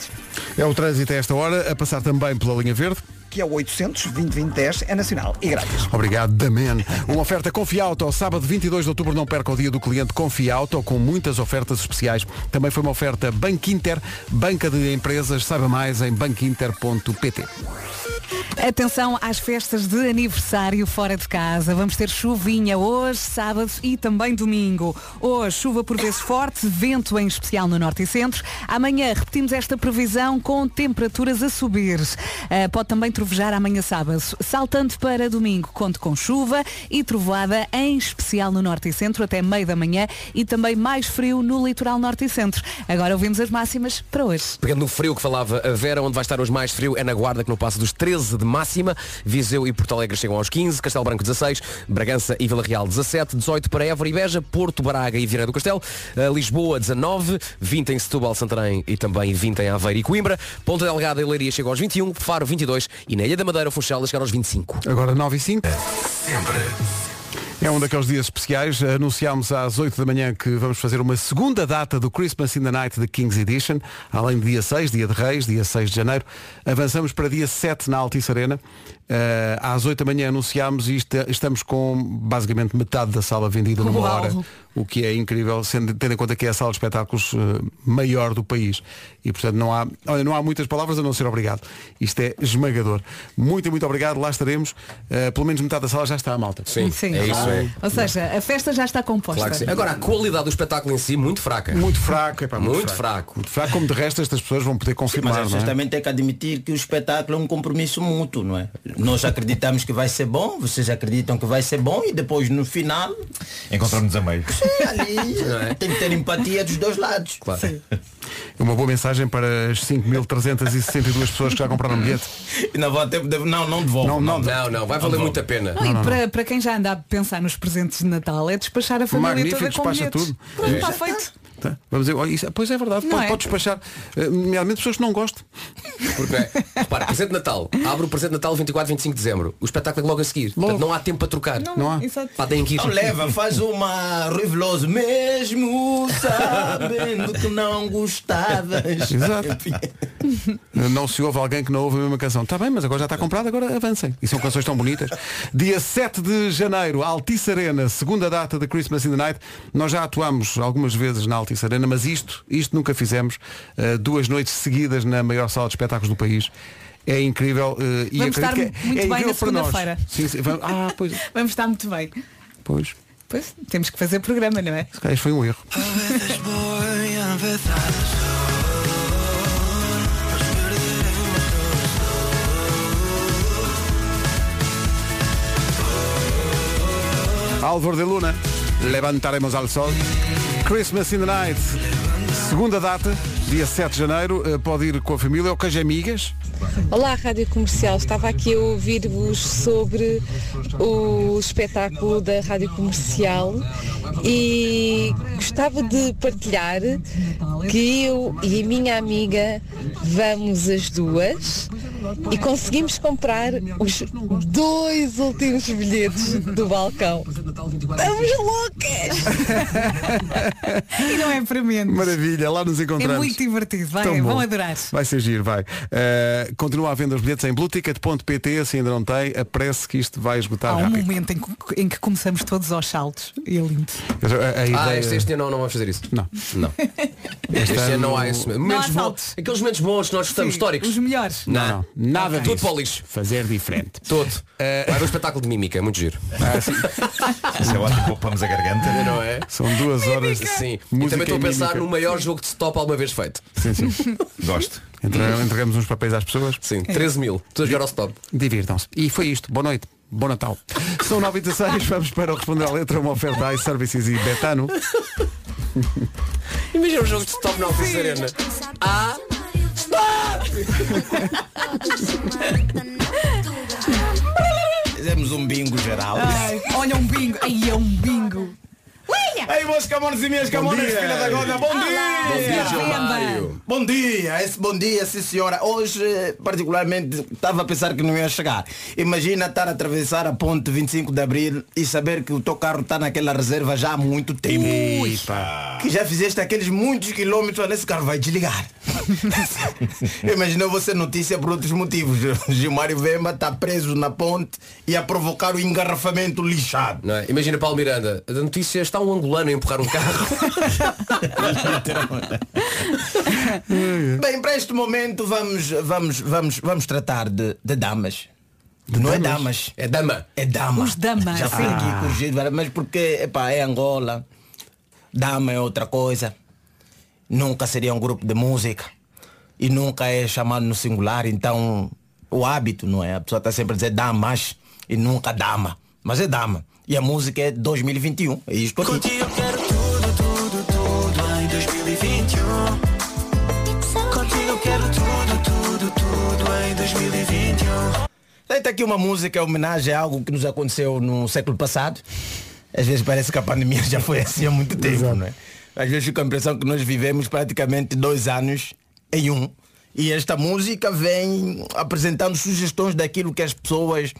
É o trânsito a esta hora, a passar também pela linha verde.
Que é o 800 2010 é nacional e grátis.
Obrigado, Damen. Uma oferta Confiauto. Sábado 22 de outubro, não perca o dia do cliente Confiauto, com muitas ofertas especiais. Também foi uma oferta Banco Inter, banca de empresas. Saiba mais em banquinter.pt.
Atenção às festas de aniversário fora de casa. Vamos ter chuvinha hoje, sábado e também domingo. Hoje, chuva por vezes forte, vento em especial no norte e centro. Amanhã repetimos esta previsão com temperaturas a subir. Eh, pode também trovejar amanhã sábado. Saltando para domingo, conto com chuva e trovoada, em especial no norte e centro, até meio da manhã e também mais frio no litoral norte e centro. Agora ouvimos as máximas para hoje.
Pegando no frio que falava a Vera, onde vai estar hoje mais frio é na Guarda, que não passa dos 13 de máxima. Viseu e Porto Alegre chegam aos 15, Castelo Branco 16, Bragança e Vila Real 17, 18 para Évora e Beja, Porto, Braga e Viana do Castelo, eh, Lisboa 19, 20 em Setúbal, Santarém e também 20 em Aveiro e Coimbra, Ponta Delgada e Leiria chegam aos 21, Faro 22 e na Ilha da Madeira, Funchal, a chegar aos 25.
Agora 9 e 5. É um daqueles dias especiais. Anunciámos às 8 da manhã que vamos fazer uma segunda data do Christmas in the Night de Kings Edition. Além de dia 6, dia de Reis, dia 6 de janeiro, avançamos para dia 7 na Altice Arena. Eh, às 8 da manhã anunciámos e esta- estamos com basicamente metade da sala vendida numa
Uau.
hora, o que é incrível, sendo, tendo em conta que é a sala de espetáculos eh, maior do país. E portanto não há, olha, não há muitas palavras a não ser obrigado. Isto é esmagador. Muito, muito obrigado, lá estaremos. Eh, pelo menos metade da sala já está à malta.
é Ou seja, a festa já está composta.
é Claro que sim. Agora, a qualidade do espetáculo em si, muito fraca.
Muito fraco, epá, muito,
Muito
fraco. Muito fraco, como de resto estas pessoas vão poder confirmar.
Mas as
não
pessoas
é?
também têm que admitir que o espetáculo é um compromisso mútuo, não é? Nós acreditamos que vai ser bom, vocês acreditam que vai ser bom e depois no final
Encontramos-nos a meio.
[LAUGHS] ali tem que ter empatia dos dois lados. Sim.
É Uma boa mensagem para as 5.362 pessoas que já compraram o bilhete. [LAUGHS]
Não, vou até- não, não devolvo.
Não, não,
não, não, vai valer muito a pena.
Não, e para, para quem já anda a pensar nos presentes de Natal é despachar a família
Magnífico,
toda com
despacha
bilhetes.
tudo.
Pronto,
É.
está feito.
Tá? Vamos dizer, olha, isso- pois é verdade,
Não
pode,
é?
pode despachar. Eh, Nomeadamente pessoas que não gostam.
Porque, é, repara, presente de Natal. Abre o presente de Natal 24, 25 de dezembro. O espetáculo é logo a seguir. Portanto, não há tempo para trocar. Não,
há.
Pá, têm que ir.
Então leva, faz uma riveloso mesmo sabendo que não gostavas.
Exato. Não se ouve alguém que não ouve a mesma canção. Está bem, mas agora já está comprado, agora avancem. E são canções tão bonitas. Dia 7 de janeiro, Altice Arena, segunda data da Christmas in the Night. Nós já atuámos algumas vezes na Altice Arena, mas isto, isto nunca fizemos. Uh, duas noites seguidas na maior sala de espetáculos do país. É incrível. uh, e
Vamos estar
acredito que é-
muito
é
bem na
incrível para nós.
segunda-feira.
Sim, sim, vamos- Ah, pois.
Vamos estar muito bem.
Pois.
Pois, temos que fazer programa, não é?
Se calhar isto foi um erro. Álvaro de Luna, levantaremos ao sol. Christmas in the Night, segunda data, dia 7 de janeiro. Eh, Pode ir com a família ou com as amigas.
Olá, Rádio Comercial. Estava aqui a ouvir-vos sobre o espetáculo da Rádio Comercial e gostava de partilhar que eu e a minha amiga vamos as duas e conseguimos comprar os dois últimos bilhetes do balcão. Estamos loucas!
e não é para menos.
Maravilha, lá nos encontramos.
É muito divertido, vai,
Tão bom.
vão adorar.
Vai ser giro, vai. Eh, continua a venda os bilhetes em blueticket.pt, se ainda não tem, apresse que isto vai esgotar
Há um
rápido.
momento em que, em que começamos todos aos saltos. E é lindo.
Mas a- a
Ah,
ideia-
este, este ano não, não vamos fazer isso.
Não.
Não. Este,
Este
ano
ano-
não há isso.
Não
Momentos
há
bons, aqueles momentos bons que nós gostamos,
Sim,
históricos.
Os melhores.
Não, não. Nada
Tudo
disso.
para o lixo.
Fazer diferente.
Todo. Vai ver um espetáculo de mímica, muito giro.
Isso é ótimo, poupamos a garganta.
Não é?
São duas horas de
Sim. E
música
também estou a
e
pensar
mímica.
no maior jogo de stop alguma vez feito.
Sim, [LAUGHS] sim.
Gosto.
Entra- entregamos uns papéis às pessoas.
Sim, 13 mil. Todos jogar ao stop.
Divirtam-se. E foi isto. Boa noite. Bom Natal. São 9 e 16 [LAUGHS] vamos para o Responder à Letra, uma oferta a Services e Betano.
Imagina um jogo de stop na Alfa Serena. Ah!
Fizemos um bingo geral.
Ai, olha um bingo. Aí é um bingo.
Ei, meus camões e minhas camões,
dia.
filha da gorda, bom
Olá.
dia!
Bom dia, João Mário.
Bom dia, esse bom dia, sim senhora. Hoje, eh, particularmente, estava a pensar que não ia chegar. Imagina estar a atravessar a ponte 25 de Abril e saber que o teu carro está naquela reserva já há muito tempo. Que já fizeste aqueles muitos quilómetros, olha, esse carro vai desligar. Imagina você notícia por outros motivos. [LAUGHS] Gilmário Vemba está preso na ponte e a provocar o engarrafamento lixado.
Não é? Imagina Paulo Miranda, a notícia está um angolano a empurrar um carro.
[LAUGHS]
Bem, para este momento vamos, vamos, vamos, vamos tratar de, de damas. não é damas.
É dama.
É dama.
Os damas,
Já fui
sim.
aqui corrigido, velho, mas porque epá, é Angola. Dama é outra coisa. Nunca seria um grupo de música. E nunca é chamado no singular. Então o hábito, não é? A pessoa está sempre a dizer damas e nunca dama. Mas é dama. E a música é 2021. É isto aqui.
em 2021. Contigo quero tudo, tudo, tudo em 2021.
Daí Está aqui uma música em homenagem a algo que nos aconteceu no século passado. Às vezes parece que a pandemia [LAUGHS] já foi assim há muito tempo, não é? Às vezes fica a impressão que nós vivemos praticamente dois anos em um. E esta música vem apresentando sugestões daquilo que as pessoas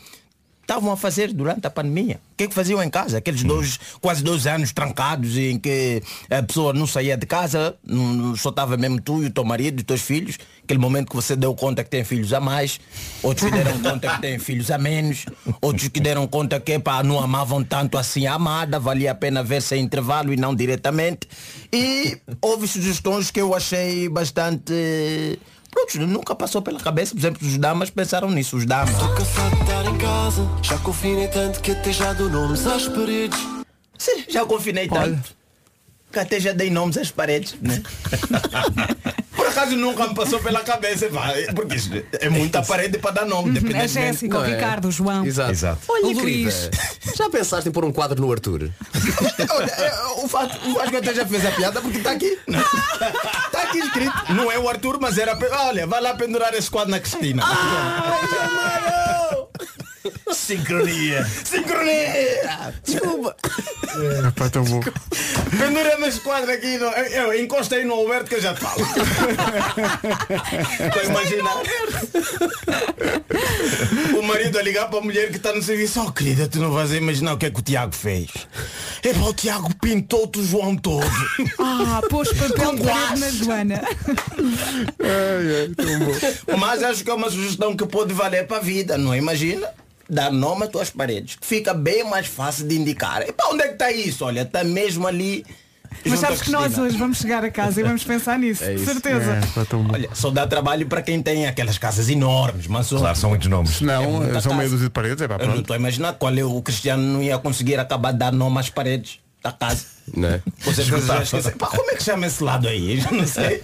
estavam a fazer durante a pandemia. O que é que faziam em casa? Aqueles dois, quase dois anos trancados em que a pessoa não saía de casa, não- não- só estava mesmo tu e o teu marido e os teus filhos. Aquele momento que você deu conta que tem filhos a mais, outros que deram conta que têm filhos a menos, outros que deram conta que epá, não amavam tanto assim a amada, valia a pena ver sem intervalo e não diretamente. E houve sugestões que eu achei bastante. Pronto, nunca passou pela cabeça, por exemplo, os damas pensaram nisso, os damas.
Estou cansado de estar em casa. Já confinei tanto que até já dou nomes às paredes.
Sim, já confinei tanto. Que até já dei nomes às paredes, né? Por acaso nunca me passou pela cabeça, pá, porque isso é muita parede para dar nome, dependendo.
A Jéssica, o
Não é?
Ricardo, o João.
Exato.
Olha,
Luís, [LAUGHS] já pensaste em pôr um quadro no
[LAUGHS]
Arthur?
é, O fato, o Vasco até já fez a piada porque está aqui. Está aqui escrito. Não é o Arthur, mas era. pe- Olha, vai lá pendurar esse quadro na Cristina. [LAUGHS]
Sincronia.
Sincronia! Desculpa!
É, pá, tão bom.
Pendura-me esse quadro aqui. No, eu, eu encosta aí no Alberto que eu já te falo. Estou a imaginar. O marido a ligar para a mulher que está no serviço. Oh querida, tu não vais imaginar o que é que o Tiago fez. É o Tiago pintou-te o João todo.
Ah, pôs papel
Com
de
guache.
parede na Joana.
Mas acho que é uma sugestão que pode valer para a vida, não é? imagina? Dar nome às tuas paredes. Fica bem mais fácil de indicar. E para onde é que está isso? Olha, está mesmo ali. junto
Mas
à
sabes que nós
Cristina.
hoje vamos chegar a casa e vamos pensar nisso, de
É.
certeza.
Olha, só dá trabalho para quem tem aquelas casas enormes, mas
Claro, são muitos nomes.
É,
Não,
muita
são meia
casa.
dúzia de paredes, é pá,
Eu não
pronto.
estou a imaginar qual é o Cristiano não ia conseguir acabar de dar nome às paredes da casa.
Né?
Você Pá, como é que chama esse lado aí? Eu já
[LAUGHS]
não sei.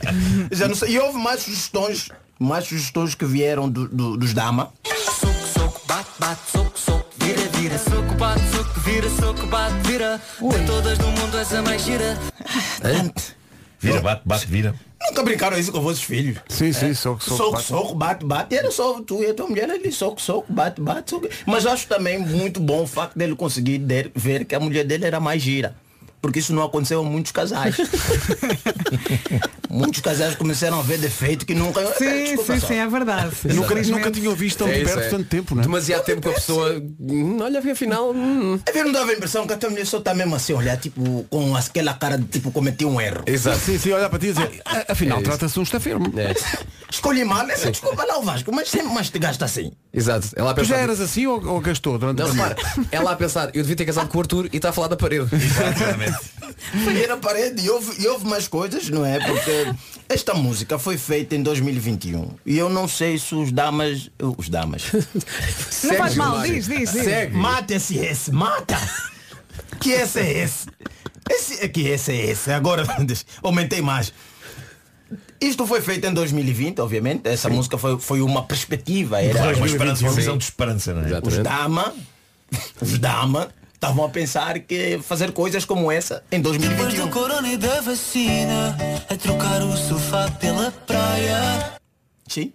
Eu já não sei. E houve mais sugestões, mais sugestões que vieram do- do- dos Dama.
Soco, soco, bate, bate, soco, soco, vira, vira. Soco, bate, soco, vira, soco, bate, vira. De todas do mundo és a mais gira.
Vira, bate, bate, vira.
Nunca brincaram isso com vossos filhos.
Sim,
É.
sim, soco, soco.
Soco,
bate.
soco, bate, bate. E Era só tu e a tua mulher ali, soco, soco, bate, bate, soco. Mas acho também muito bom o facto dele conseguir der- ver que a mulher dele era mais gira. Porque isso não aconteceu a muitos
[LAUGHS]
casais. muitos casais começaram a ver defeito que nunca.
Sim, sim, sim, é verdade.
Eu nunca,
Infelizmente.
nunca tinha ouvido tão
É
de
isso,
perto
é.
tanto tempo, não é?
Demasiado tempo que a pessoa. hum, Olha, afinal.
[LAUGHS]
hum.
A ver, não É dava a impressão que a tua mulher só está mesmo assim, a olhar tipo, com aquela cara de tipo, cometi um erro.
Exato.
Sim, sim, olha para ti e dizer, "Ah, afinal
É isso.
trata-se de um estafermo.
É.
Escolhi mal, essa desculpa lá o Vasco, mas sempre mais te gasta assim.
Exato. É lá a
Tu já
pensar-
eras assim ou, ou gastou durante
Não,
a
repara, é lá a pensar, eu devia ter casado com o Arthur e está a falar da
[LAUGHS]
parede.
Foi na parede e houve, e houve mais coisas, não é? Porque esta música foi feita em 2021 e eu não sei se os damas. Os damas.
Não faz
Segue,
mal,
Mário.
diz, diz, diz.
Segue.
Mata esse esse, mata! Que esse é esse? Esse que esse é esse? Agora [LAUGHS] deixa- aumentei mais. Isto foi feito em 2020, obviamente. Essa música foi, foi uma perspectiva. Era
Uma esperança, uma visão de esperança, não é?
né? os
Exatamente.
dama, [LAUGHS] os dama estavam a pensar que fazer coisas como essa em
Depois do
2021.
corona e da vacina, a trocar o sofá pela praia.
Sim.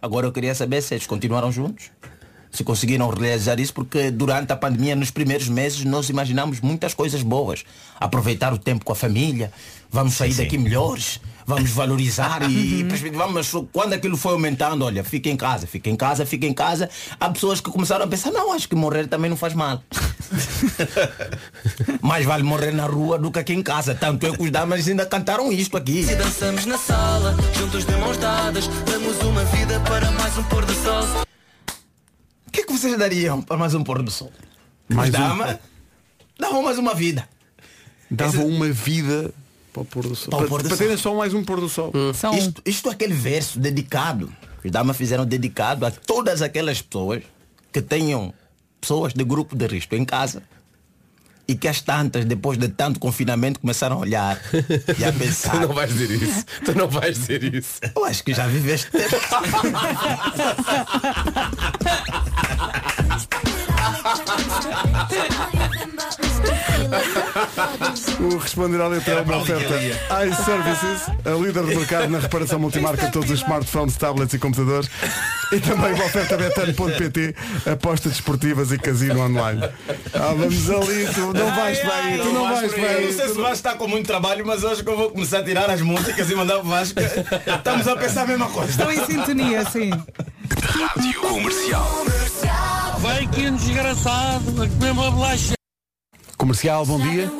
Agora eu queria saber se eles continuaram juntos. Se conseguiram realizar isso, porque durante a pandemia, nos primeiros meses, nós imaginamos muitas coisas boas. Aproveitar o tempo com a família, vamos sair daqui melhores, vamos valorizar e, e perspe- vamos, quando aquilo foi aumentando, olha, fica em casa, fica em casa, fica em casa. Há pessoas que começaram a pensar, não, acho que morrer também não faz mal. Mais vale morrer na rua do que aqui em casa. Tanto eu que os damas ainda cantaram isto aqui.
E dançamos na sala, juntos de mãos dadas. Damos uma vida para mais um pôr do sol.
O que, é que vocês dariam para mais um pôr do sol?
Mais
Mais
um.
dama? Davam mais uma vida.
Dava
Esse-
uma vida para o pôr do sol.
Para o
Para,
pôr do
para
sol.
terem só mais um pôr do sol.
Hum.
São
Isto, isto é aquele verso dedicado. Os damas fizeram dedicado a todas aquelas pessoas que tenham pessoas de grupo de risco em casa. E que as tantas, depois de tanto confinamento, começaram a olhar e a
[LAUGHS] Tu
pensar.
não vais dizer isso. Tu não vais dizer isso.
Eu acho que já [LAUGHS] viveste.
O Responder à Letra é uma oferta iServices, a líder de mercado na reparação multimarca de todos os smartphones, tablets e computadores. E também uma oferta betano.pt, apostas desportivas e casino online. Ah, vamos ali, tu não vais bem, tu não vais
Eu não sei se
bem.
o Vasco está com muito trabalho, mas eu acho que eu vou começar a tirar as músicas e mandar o [LAUGHS] Vasco. Estamos a pensar a mesma coisa.
Estão em sintonia, sim.
Comercial.
Vem que é um desgraçado, a comer uma bolacha.
Comercial, bom dia.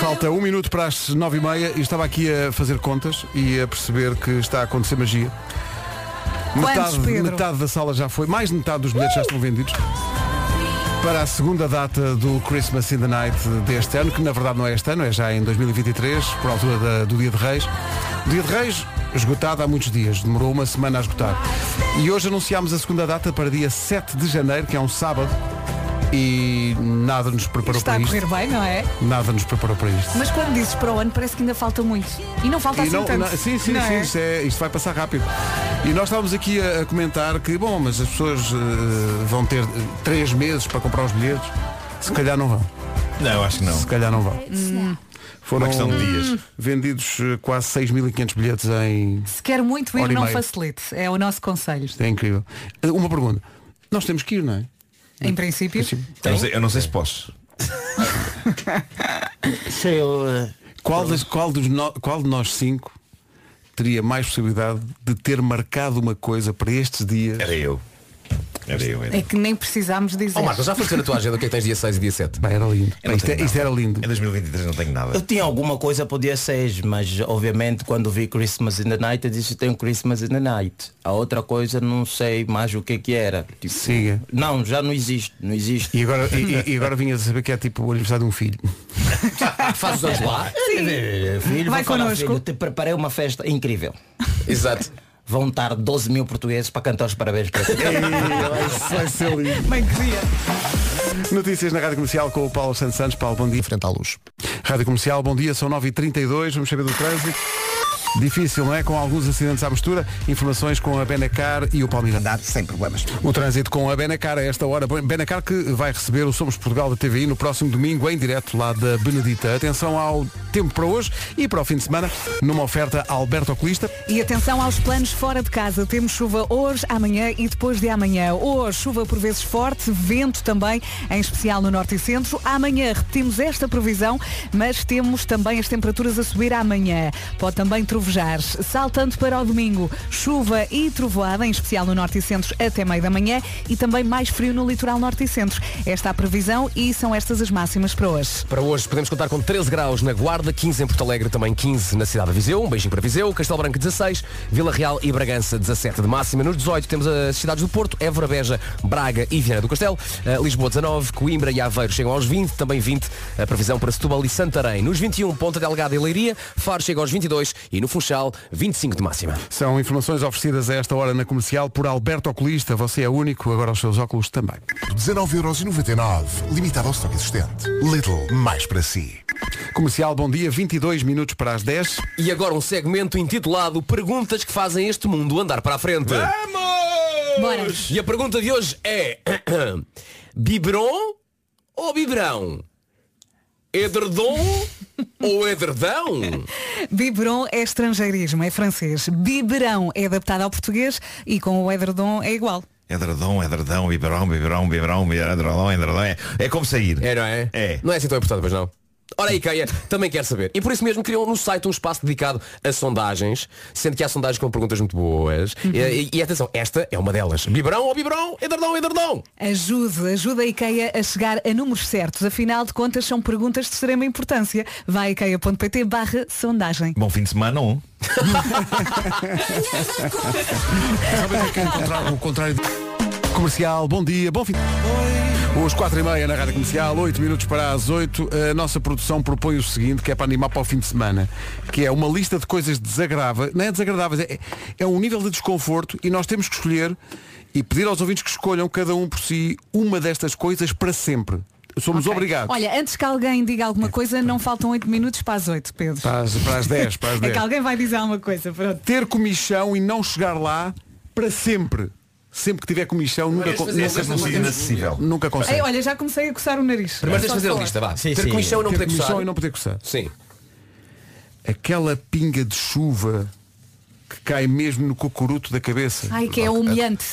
Falta um minuto para as nove e meia e estava aqui a fazer contas e a perceber que está a acontecer magia.
Quantos,
Metade,
Pedro?
metade da sala já foi, mais de metade dos bilhetes já estão vendidos. Para a segunda data do Christmas in the Night deste ano, que na verdade não é este ano, é já em 2023, por altura da- do Dia de Reis. O Dia de Reis esgotado há muitos dias, demorou uma semana a esgotar. E hoje anunciámos a segunda data para dia 7 de janeiro, que é um sábado, e nada nos preparou
Está a
para isto.
correr bem, não é?
Nada nos preparou para isto.
Mas quando dizes para o ano parece que ainda falta muito. E não falta
E
assim
não-
tanto.
não- sim, sim,
não
sim,
é?
isto, é- isto vai passar rápido. E nós estávamos aqui a, a comentar que, bom, mas as pessoas eh, vão ter eh, três meses para comprar os bilhetes. Se calhar não vão.
Não, acho que não.
Se calhar não
É
vão. Foram
Uma questão de dias.
vendidos eh, quase 6.500 bilhetes em...
Se quer muito ir,
Hora e
não
meia.
facilite. É o nosso conselho.
Isto é incrível. Eh, Uma pergunta. Nós temos que ir, não é? Assim,
Em princípio.
Eu não sei, eu não sei se posso.
eh,
Qual, das- qual, dos no- qual de nós cinco teria mais possibilidade de ter marcado uma coisa para estes dias? Era
É eu. Era eu,
É que nem precisámos
Oh,
dizer.
Ó Marcos, já foste ver a tua agenda o que é que tens dia 6 e dia 7?
Bem, era lindo. é,
Isto,
era lindo.
Em 2023 não tenho nada.
Eu tinha alguma coisa para o dia 6, mas obviamente quando vi Christmas in the Night eu disse tenho Christmas in the Night. A outra coisa não sei mais o que que era. Tipo,
Siga.
Não, já não existe, não existe.
E agora, e, e agora vinha a saber que é tipo o aniversário de um filho.
Faz os dois lá. eh, Filho,
Vai
vai falar,
connosco.
filho, te preparei uma festa incrível.
Exato.
Vão estar 12 mil portugueses para cantar os parabéns
[LAUGHS]
para ti.
Vai [LAUGHS] ser lindo.
Bem que dia.
Notícias na Rádio Comercial com o Paulo Santos Santos. Paulo, bom dia. Frente à luz. Rádio Comercial, bom dia. São 9h32. Vamos saber do trânsito. Difícil, não é? Com alguns acidentes à mistura. Informações com a Benacar e o Palmeiras. Dado sem problemas. O trânsito com a Benacar a esta hora. Benacar que vai receber o Somos Portugal da TVI no próximo domingo, em direto lá da Benedita. Atenção ao tempo para hoje e para o fim de semana, numa oferta a Alberto Oculista.
E atenção aos planos fora de casa. Temos chuva hoje, amanhã e depois de amanhã. Hoje, chuva por vezes forte, vento também, em especial no norte e centro. Amanhã repetimos esta previsão, mas temos também as temperaturas a subir amanhã. Pode também trovejar. Saltando para o domingo, chuva e trovoada, em especial no norte e centro até meio da manhã e também mais frio no litoral norte e centro. Esta é a previsão e são estas as máximas para hoje.
Para hoje podemos contar com 13 graus na Guarda, 15 em Porto Alegre, também 15 na cidade de Viseu, um beijinho para Viseu, Castelo Branco 16, Vila Real e Bragança 17 de máxima. Nos 18 temos as cidades do Porto, Évora, Beja, Braga e Viana do Castelo, Eh, Lisboa 19, Coimbra e Aveiro chegam aos 20, também 20 a previsão para Setúbal e Santarém. Nos 21, Ponta Delgada e Leiria, Faro chega aos 22 e no Funchal 25 de máxima.
São informações oferecidas a esta hora na comercial por Alberto Oculista. Você é único, agora os seus óculos também.
19,99€, limitado ao estoque existente. Little, mais para si.
Comercial, bom dia, 22 minutos para as 10.
E agora um segmento intitulado Perguntas que fazem este mundo andar para a frente.
Bora.
E a pergunta de hoje é [CLEARS THROAT] Biberon ou biberão? Edredom ou edredão?
Biberon é estrangeirismo, é francês. Biberão é adaptado ao português e com o edredom é igual.
Edredom, edredom, biberão, biberão, biberão, edredom, edredom. É, é como sair.
É, não é? É. Não é assim tão importante, mas não. Ora aí, Caia, também quero saber. E por isso mesmo criou no site um espaço dedicado a sondagens, sendo que há sondagens com perguntas muito boas. E, e- e atenção, esta é uma delas. Biberão ou biberão? Edredom, edredom?
Ajude, ajuda a IKEA a chegar a números certos. Afinal de contas, são perguntas de extrema importância. Vá a IKEA.pt barra sondagem.
Bom fim de semana, um.
Sabem que é o contrário- o contrário de... Comercial, bom dia, bom fim. Os 4 e meia na Rádio Comercial, 8 minutos para as 8, a nossa produção propõe o seguinte, que é para animar para o fim de semana, que é uma lista de coisas desagradáveis, não é desagradáveis, é, é um nível de desconforto e nós temos que escolher e pedir aos ouvintes que escolham cada um por si uma destas coisas para sempre. Somos
Ok.
obrigados.
Olha, antes que alguém diga
É.
alguma coisa, não faltam 8 minutos para as 8, Pedro.
Para as, para as 10, para as
[LAUGHS] É
10.
que alguém vai dizer alguma coisa, pronto.
ter comichão e não chegar lá para sempre. Sempre que tiver comichão, nunca,
Vais
con-
fazer a
nunca
lista,
consegue.
mas temos-
Nunca consegue.
Ei, olha, já comecei a coçar o nariz.
Primeiro tens de
Só
fazer a
falar.
lista, vá. Ter comichão e não
Ter
poder coçar.
comichão e não poder coçar.
Sim.
Aquela pinga de chuva que cai mesmo no cocuruto da cabeça.
Ai, que é humilhante.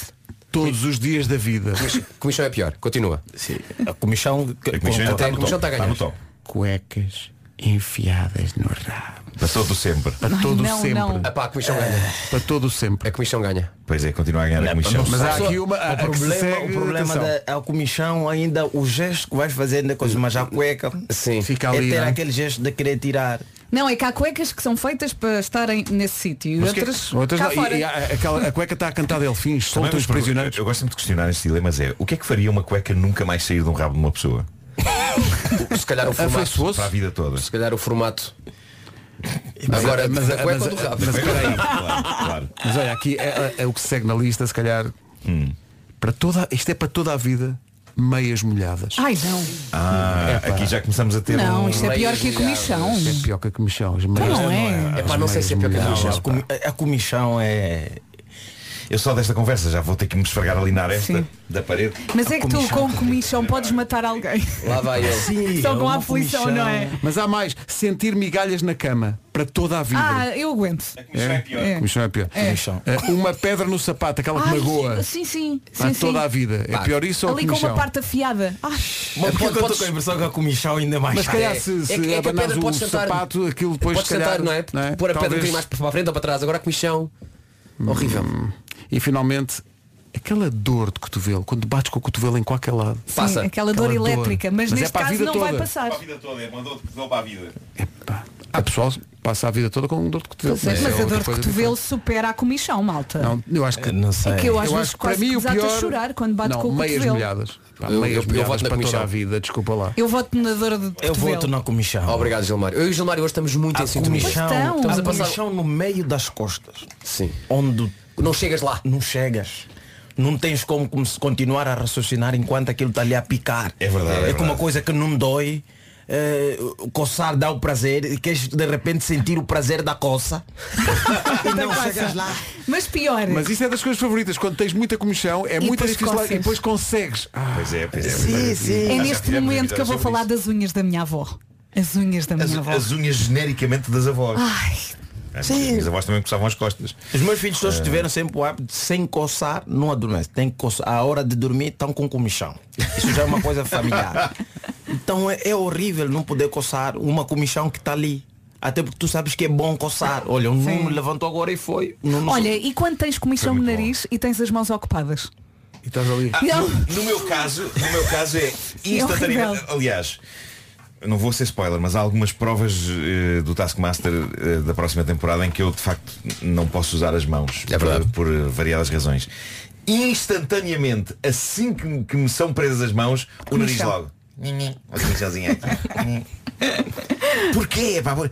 Todos os dias da vida.
Comichão é pior. Continua.
Sim. A comissão,
A comissão
com-
está
até
no
a comissão
top,
está a
está
ganhar.
no top. Cuecas enfiadas no rabo.
Para todo sempre.
Para todo sempre.
a comissão ganha.
Para todo sempre.
A comissão ganha.
Pois é, continua a ganhar a comissão.
Mas há aqui uma.
O problema, o problema
atenção.
da a comissão ainda, o gesto que vais fazer ainda coisa, mas a cueca
Sim.
Fica
é
ali,
ter
não é?
aquele gesto de querer tirar.
Não, é que há cuecas que são feitas para estarem nesse sítio. E
Mas o que é que-
outras,
outras
cá
não. E-
fora.
e há- aquela- a cueca está a cantar delfins,
Também
solta os
vos pergunto,
prisioneiros.
Eu gosto muito de questionar estes dilemas é o que é que faria uma cueca nunca mais sair de um rabo de uma pessoa?
Se calhar o formato.
Para a vida toda.
Se calhar o formato.
Mas-
é-
Agora,
mas-
mas, a cueca
mas-
ou do rabo.
mas espera aí.
Claro.
Mas olha, aqui é, é o que segue na lista, se calhar. Para toda, isto é para toda a vida, meias molhadas.
Ai não.
Ah,
Epá.
aqui já começamos a ter
Não,
um...
isto é pior que a comissão.
Isto é pior que a comichão. As meias,
não é.
As
É pá, não sei se é
meias
pior que a
molhadas.
A
comissão.
comi- a- a comissão é
Eu só desta conversa já vou ter que me esfregar ali na aresta
Sim.
da parede.
Mas é que tu com comichão podes matar
É
alguém.
Lá vai ele.
Só
é
com a
uma
aflição,
comichão.
não é?
Mas há mais, sentir migalhas na cama, para toda a vida.
Ah, eu aguento.
É pior.
A Comichão é pior. Ah, uma pedra no sapato, aquela que
Ai,
magoa.
Sim, sim.
Para
sim, sim.
toda a vida. É pior isso ou a
Ali com
comichão?
uma parte afiada. Ah, Ai,
Bom, porque eu estou
É podes-
com a impressão que a comissão ainda é mais
Mas se calhar
É,
se, se
é que- é que a
abanares
pedra
o
pode sentar-
sapato, aquilo depois
Podes
se calhar,
sentar, não é? Pôr a pedra um bocadinho mais para a frente ou para trás. Agora a comissão.
Hum,
Horrível.
E finalmente, aquela dor de cotovelo, quando bates com o cotovelo em qualquer lado.
sim,
Passa.
aquela dor
Aquela dor.
elétrica. Mas,
Mas é
neste
para a
caso
vida
não vai
toda.
passar.
vida toda, é uma dor que deu para a vida.
Epá. Há pessoal que passa a vida toda com dor de cotovelo.
é, Mas a
outra
dor de
coisa
cotovelo supera a comichão, malta.
diferente. Eh, Não, eu acho que.
Não sei.
É que eu às
eu
vezes
acho que para
quase
mim
que
o
desato
pior.
a chorar quando bato
não,
com o
meias
cotovelo.
molhadas. Pá,
Eu-
meias
eu- eu
molhadas
voto na
para toda
comissão.
a vida, desculpa lá.
Eu voto na dor de cotovelo.
Eu voto na comissão.
Obrigado, Gilmário. Eu e o Gilmário hoje estamos
Ah,
muito
A
em sintonia.
comissão,
Então,
a
estamos a passar-
comissão no meio das costas,
Sim.
onde
Não chegas lá.
não chegas. Não tens como, como se continuar a raciocinar enquanto aquilo está ali a picar.
É verdade, é
É,
verdade.
como uma coisa que não dói. eh, coçar dá o prazer e queres de repente sentir o prazer da [LAUGHS] coça. e não chegas lá.
Mas pior.
Mas isso é das coisas favoritas. Quando tens muita comichão, é
E
muito
depois
difícil lá- e
coces.
depois consegues. Ah,
Pois é, pois é.
Sim, sim.
É
Já
neste
fizemos
momento que eu vou
episódios sobre
é
falar das unhas da minha avó. As unhas da minha
As,
avó.
as unhas genericamente das avós.
Ai,
As minhas avós também coçavam as costas.
Os meus filhos todos tiveram sempre o hábito de sem coçar, não adormece. Tem que coçar. À hora de dormir estão com comichão. Isso já é uma coisa familiar. Então é, é horrível não poder coçar uma comichão que está ali. Até porque tu sabes que é bom coçar. Olha, um Nuno levantou agora e foi. O Nuno-
Olha, e quando tens comichão
Foi
no
muito
nariz e tens as mãos ocupadas?
e estás ali.
Não.
No meu caso, no meu caso é instantaneamente.
horrível.
Aliás, eu não vou ser spoiler, mas há algumas provas eh, do Taskmaster eh, da próxima temporada em que eu de facto não posso usar as mãos
É verdade.
por, por, eh, variadas razões. Instantaneamente, assim que, me- que me são presas as mãos, o nariz
Comichão.
logo. Nhinhin. Uma comichãozinha
[LAUGHS]
aqui. Porquê? Epá, por-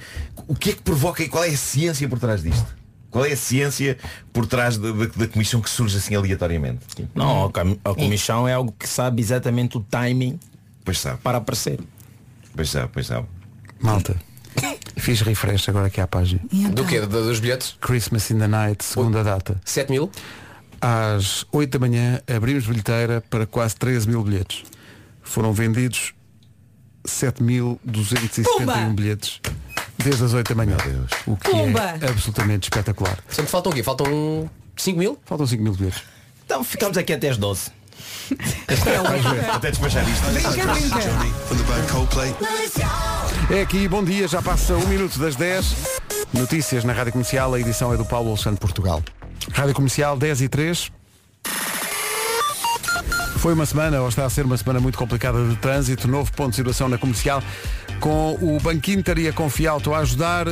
O que é que provoca e qual é a ciência por trás disto? Qual é a ciência por trás da, da, da comissão que surge assim aleatoriamente?
Não, a cam- a comichão é algo que sabe exatamente o timing
Pois sabe,
para aparecer.
pois sabe, pois sabe.
Malta. Fiz refresh agora aqui à página.
então?
Do quê? Do- Dos bilhetes?
Christmas in the Night, segunda data.
7 mil?
Às 8 da manhã abrimos bilheteira para quase 13 mil bilhetes. Foram vendidos 7.271
Pumba!
bilhetes desde as 8 da manhã. O que
Pumba!
é absolutamente espetacular.
Portanto, faltam o quê? Faltam
[LAUGHS]
5 mil?
Faltam 5 mil bilhetes.
Então ficamos aqui até às 12.
Até despachar isto.
Brinca, brinca.
É aqui, bom dia, já passa um minuto das 10. Notícias na Rádio Comercial, a edição é do Paulo Alexandre Portugal. Rádio Comercial 10 e 3. Foi uma semana, ou está a ser uma semana muito complicada de trânsito, novo ponto de situação na comercial, com o Banco Inter e a Confialto a ajudar. Eh,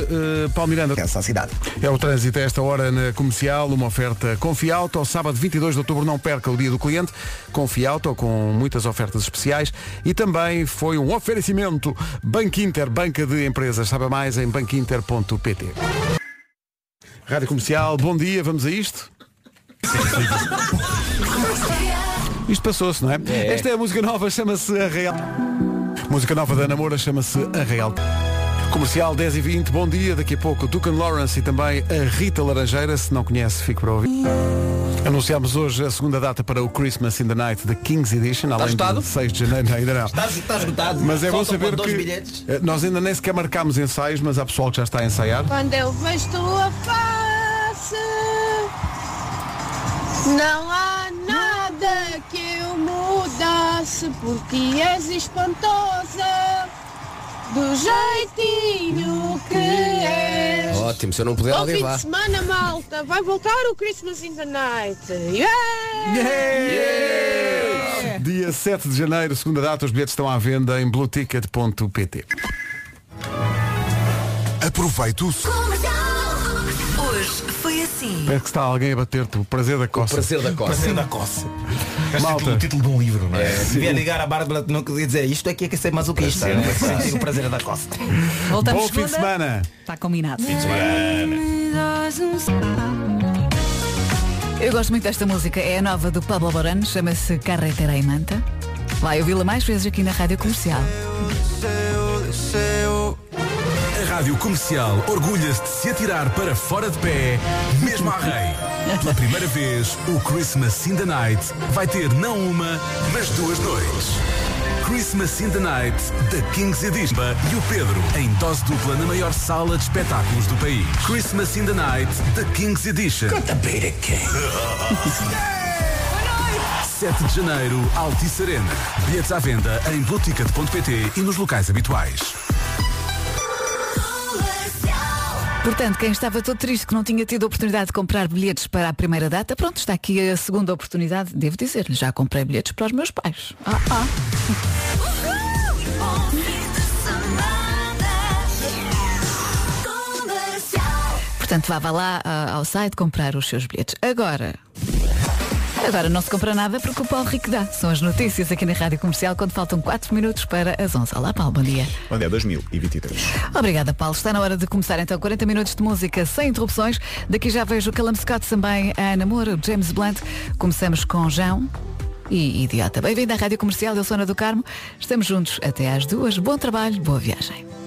Paulo Miranda.
Essa cidade.
É o trânsito a esta hora na comercial, uma oferta Confialto. Ao sábado 22 de outubro não perca o dia do cliente. Confialto com muitas ofertas especiais e também foi um oferecimento Banco Inter, banca de empresas. Sabe mais em banquinter.pt. Rádio Comercial, bom dia, vamos a isto? Isto passou-se, não é? Esta é a música nova, chama-se A Real. Música nova da Namora chama-se A Real. Comercial 10 e 20, bom dia. Daqui a pouco Ducan Lawrence e também a Rita Laranjeira. Se não conhece, fique para ouvir. Anunciámos hoje a segunda data para o Christmas in the Night da Kings Edition. Além
esgotado?
de 6 de janeiro, não, ainda não.
Estás está esgotado.
Mas é bom
Faltam
saber
dois
que
bilhetes.
eh, nós ainda nem sequer marcámos ensaios, mas há pessoal que já está a ensaiar.
Quando eu vejo tua face, não há nada que eu mudasse, porque és espantosa.
do jeitinho que és.
Ótimo, se eu não puder,
Bom
alguém
fim
vá.
de semana, malta. Vai voltar o Christmas in the Night. Yeah!
Dia 7 de janeiro, segunda data, os bilhetes estão à venda em blueticket.pt. Aproveita o
Hoje foi assim.
Parece que está alguém a bater-te. O prazer da coça.
prazer da coça.
Prazer da coça.
Malta.
O título de um livro, não é?
É, sim.
Devia ligar a Bárbara não queria dizer isto é que é que é ser masoquista.
Prazer
não é?
da coça.
Sentir o prazer da coça.
Voltamos
Bom fim de
segunda.
semana.
Tá
Está combinado.
Fim de
Eu gosto muito desta música. É a nova do Pablo Alborán, chama-se Carretera e Manta. Vai ouvi-la mais vezes aqui na Rádio Comercial.
A Rádio Comercial orgulha-se de se atirar para fora de pé, mesmo à rei. Pela primeira vez, o Christmas in the Night vai ter não uma, mas duas noites. Christmas in the Night, da Kings Edispa e o Pedro, em dose dupla na maior sala de espetáculos do país. Christmas in the Night, da Kings Edition. Canta beira quem? 7 de janeiro, Altice Arena. Bilhetes à venda em blueticket.pt e nos locais habituais.
Portanto, quem estava todo triste que não tinha tido a oportunidade de comprar bilhetes para a primeira data, pronto, está aqui a segunda oportunidade. Devo dizer-lhe, já comprei bilhetes para os meus pais. Ah, ah. Portanto, vá, vá lá ah, ao site comprar os seus bilhetes. Agora. Agora não se compra nada porque o Paulo Rico dá. São as notícias aqui na Rádio Comercial quando faltam 4 minutos para as 11. Olá, Paulo, bom dia.
Bom dia, 2023.
Obrigada, Paulo. Está na hora de começar então 40 minutos de música sem interrupções. Daqui já vejo o Calam Scott também, a Ana Moura, o James Blunt. Começamos com João e Idiota. Bem-vindo à Rádio Comercial, eu sou Ana do Carmo. Estamos juntos até às duas. Bom trabalho, boa viagem.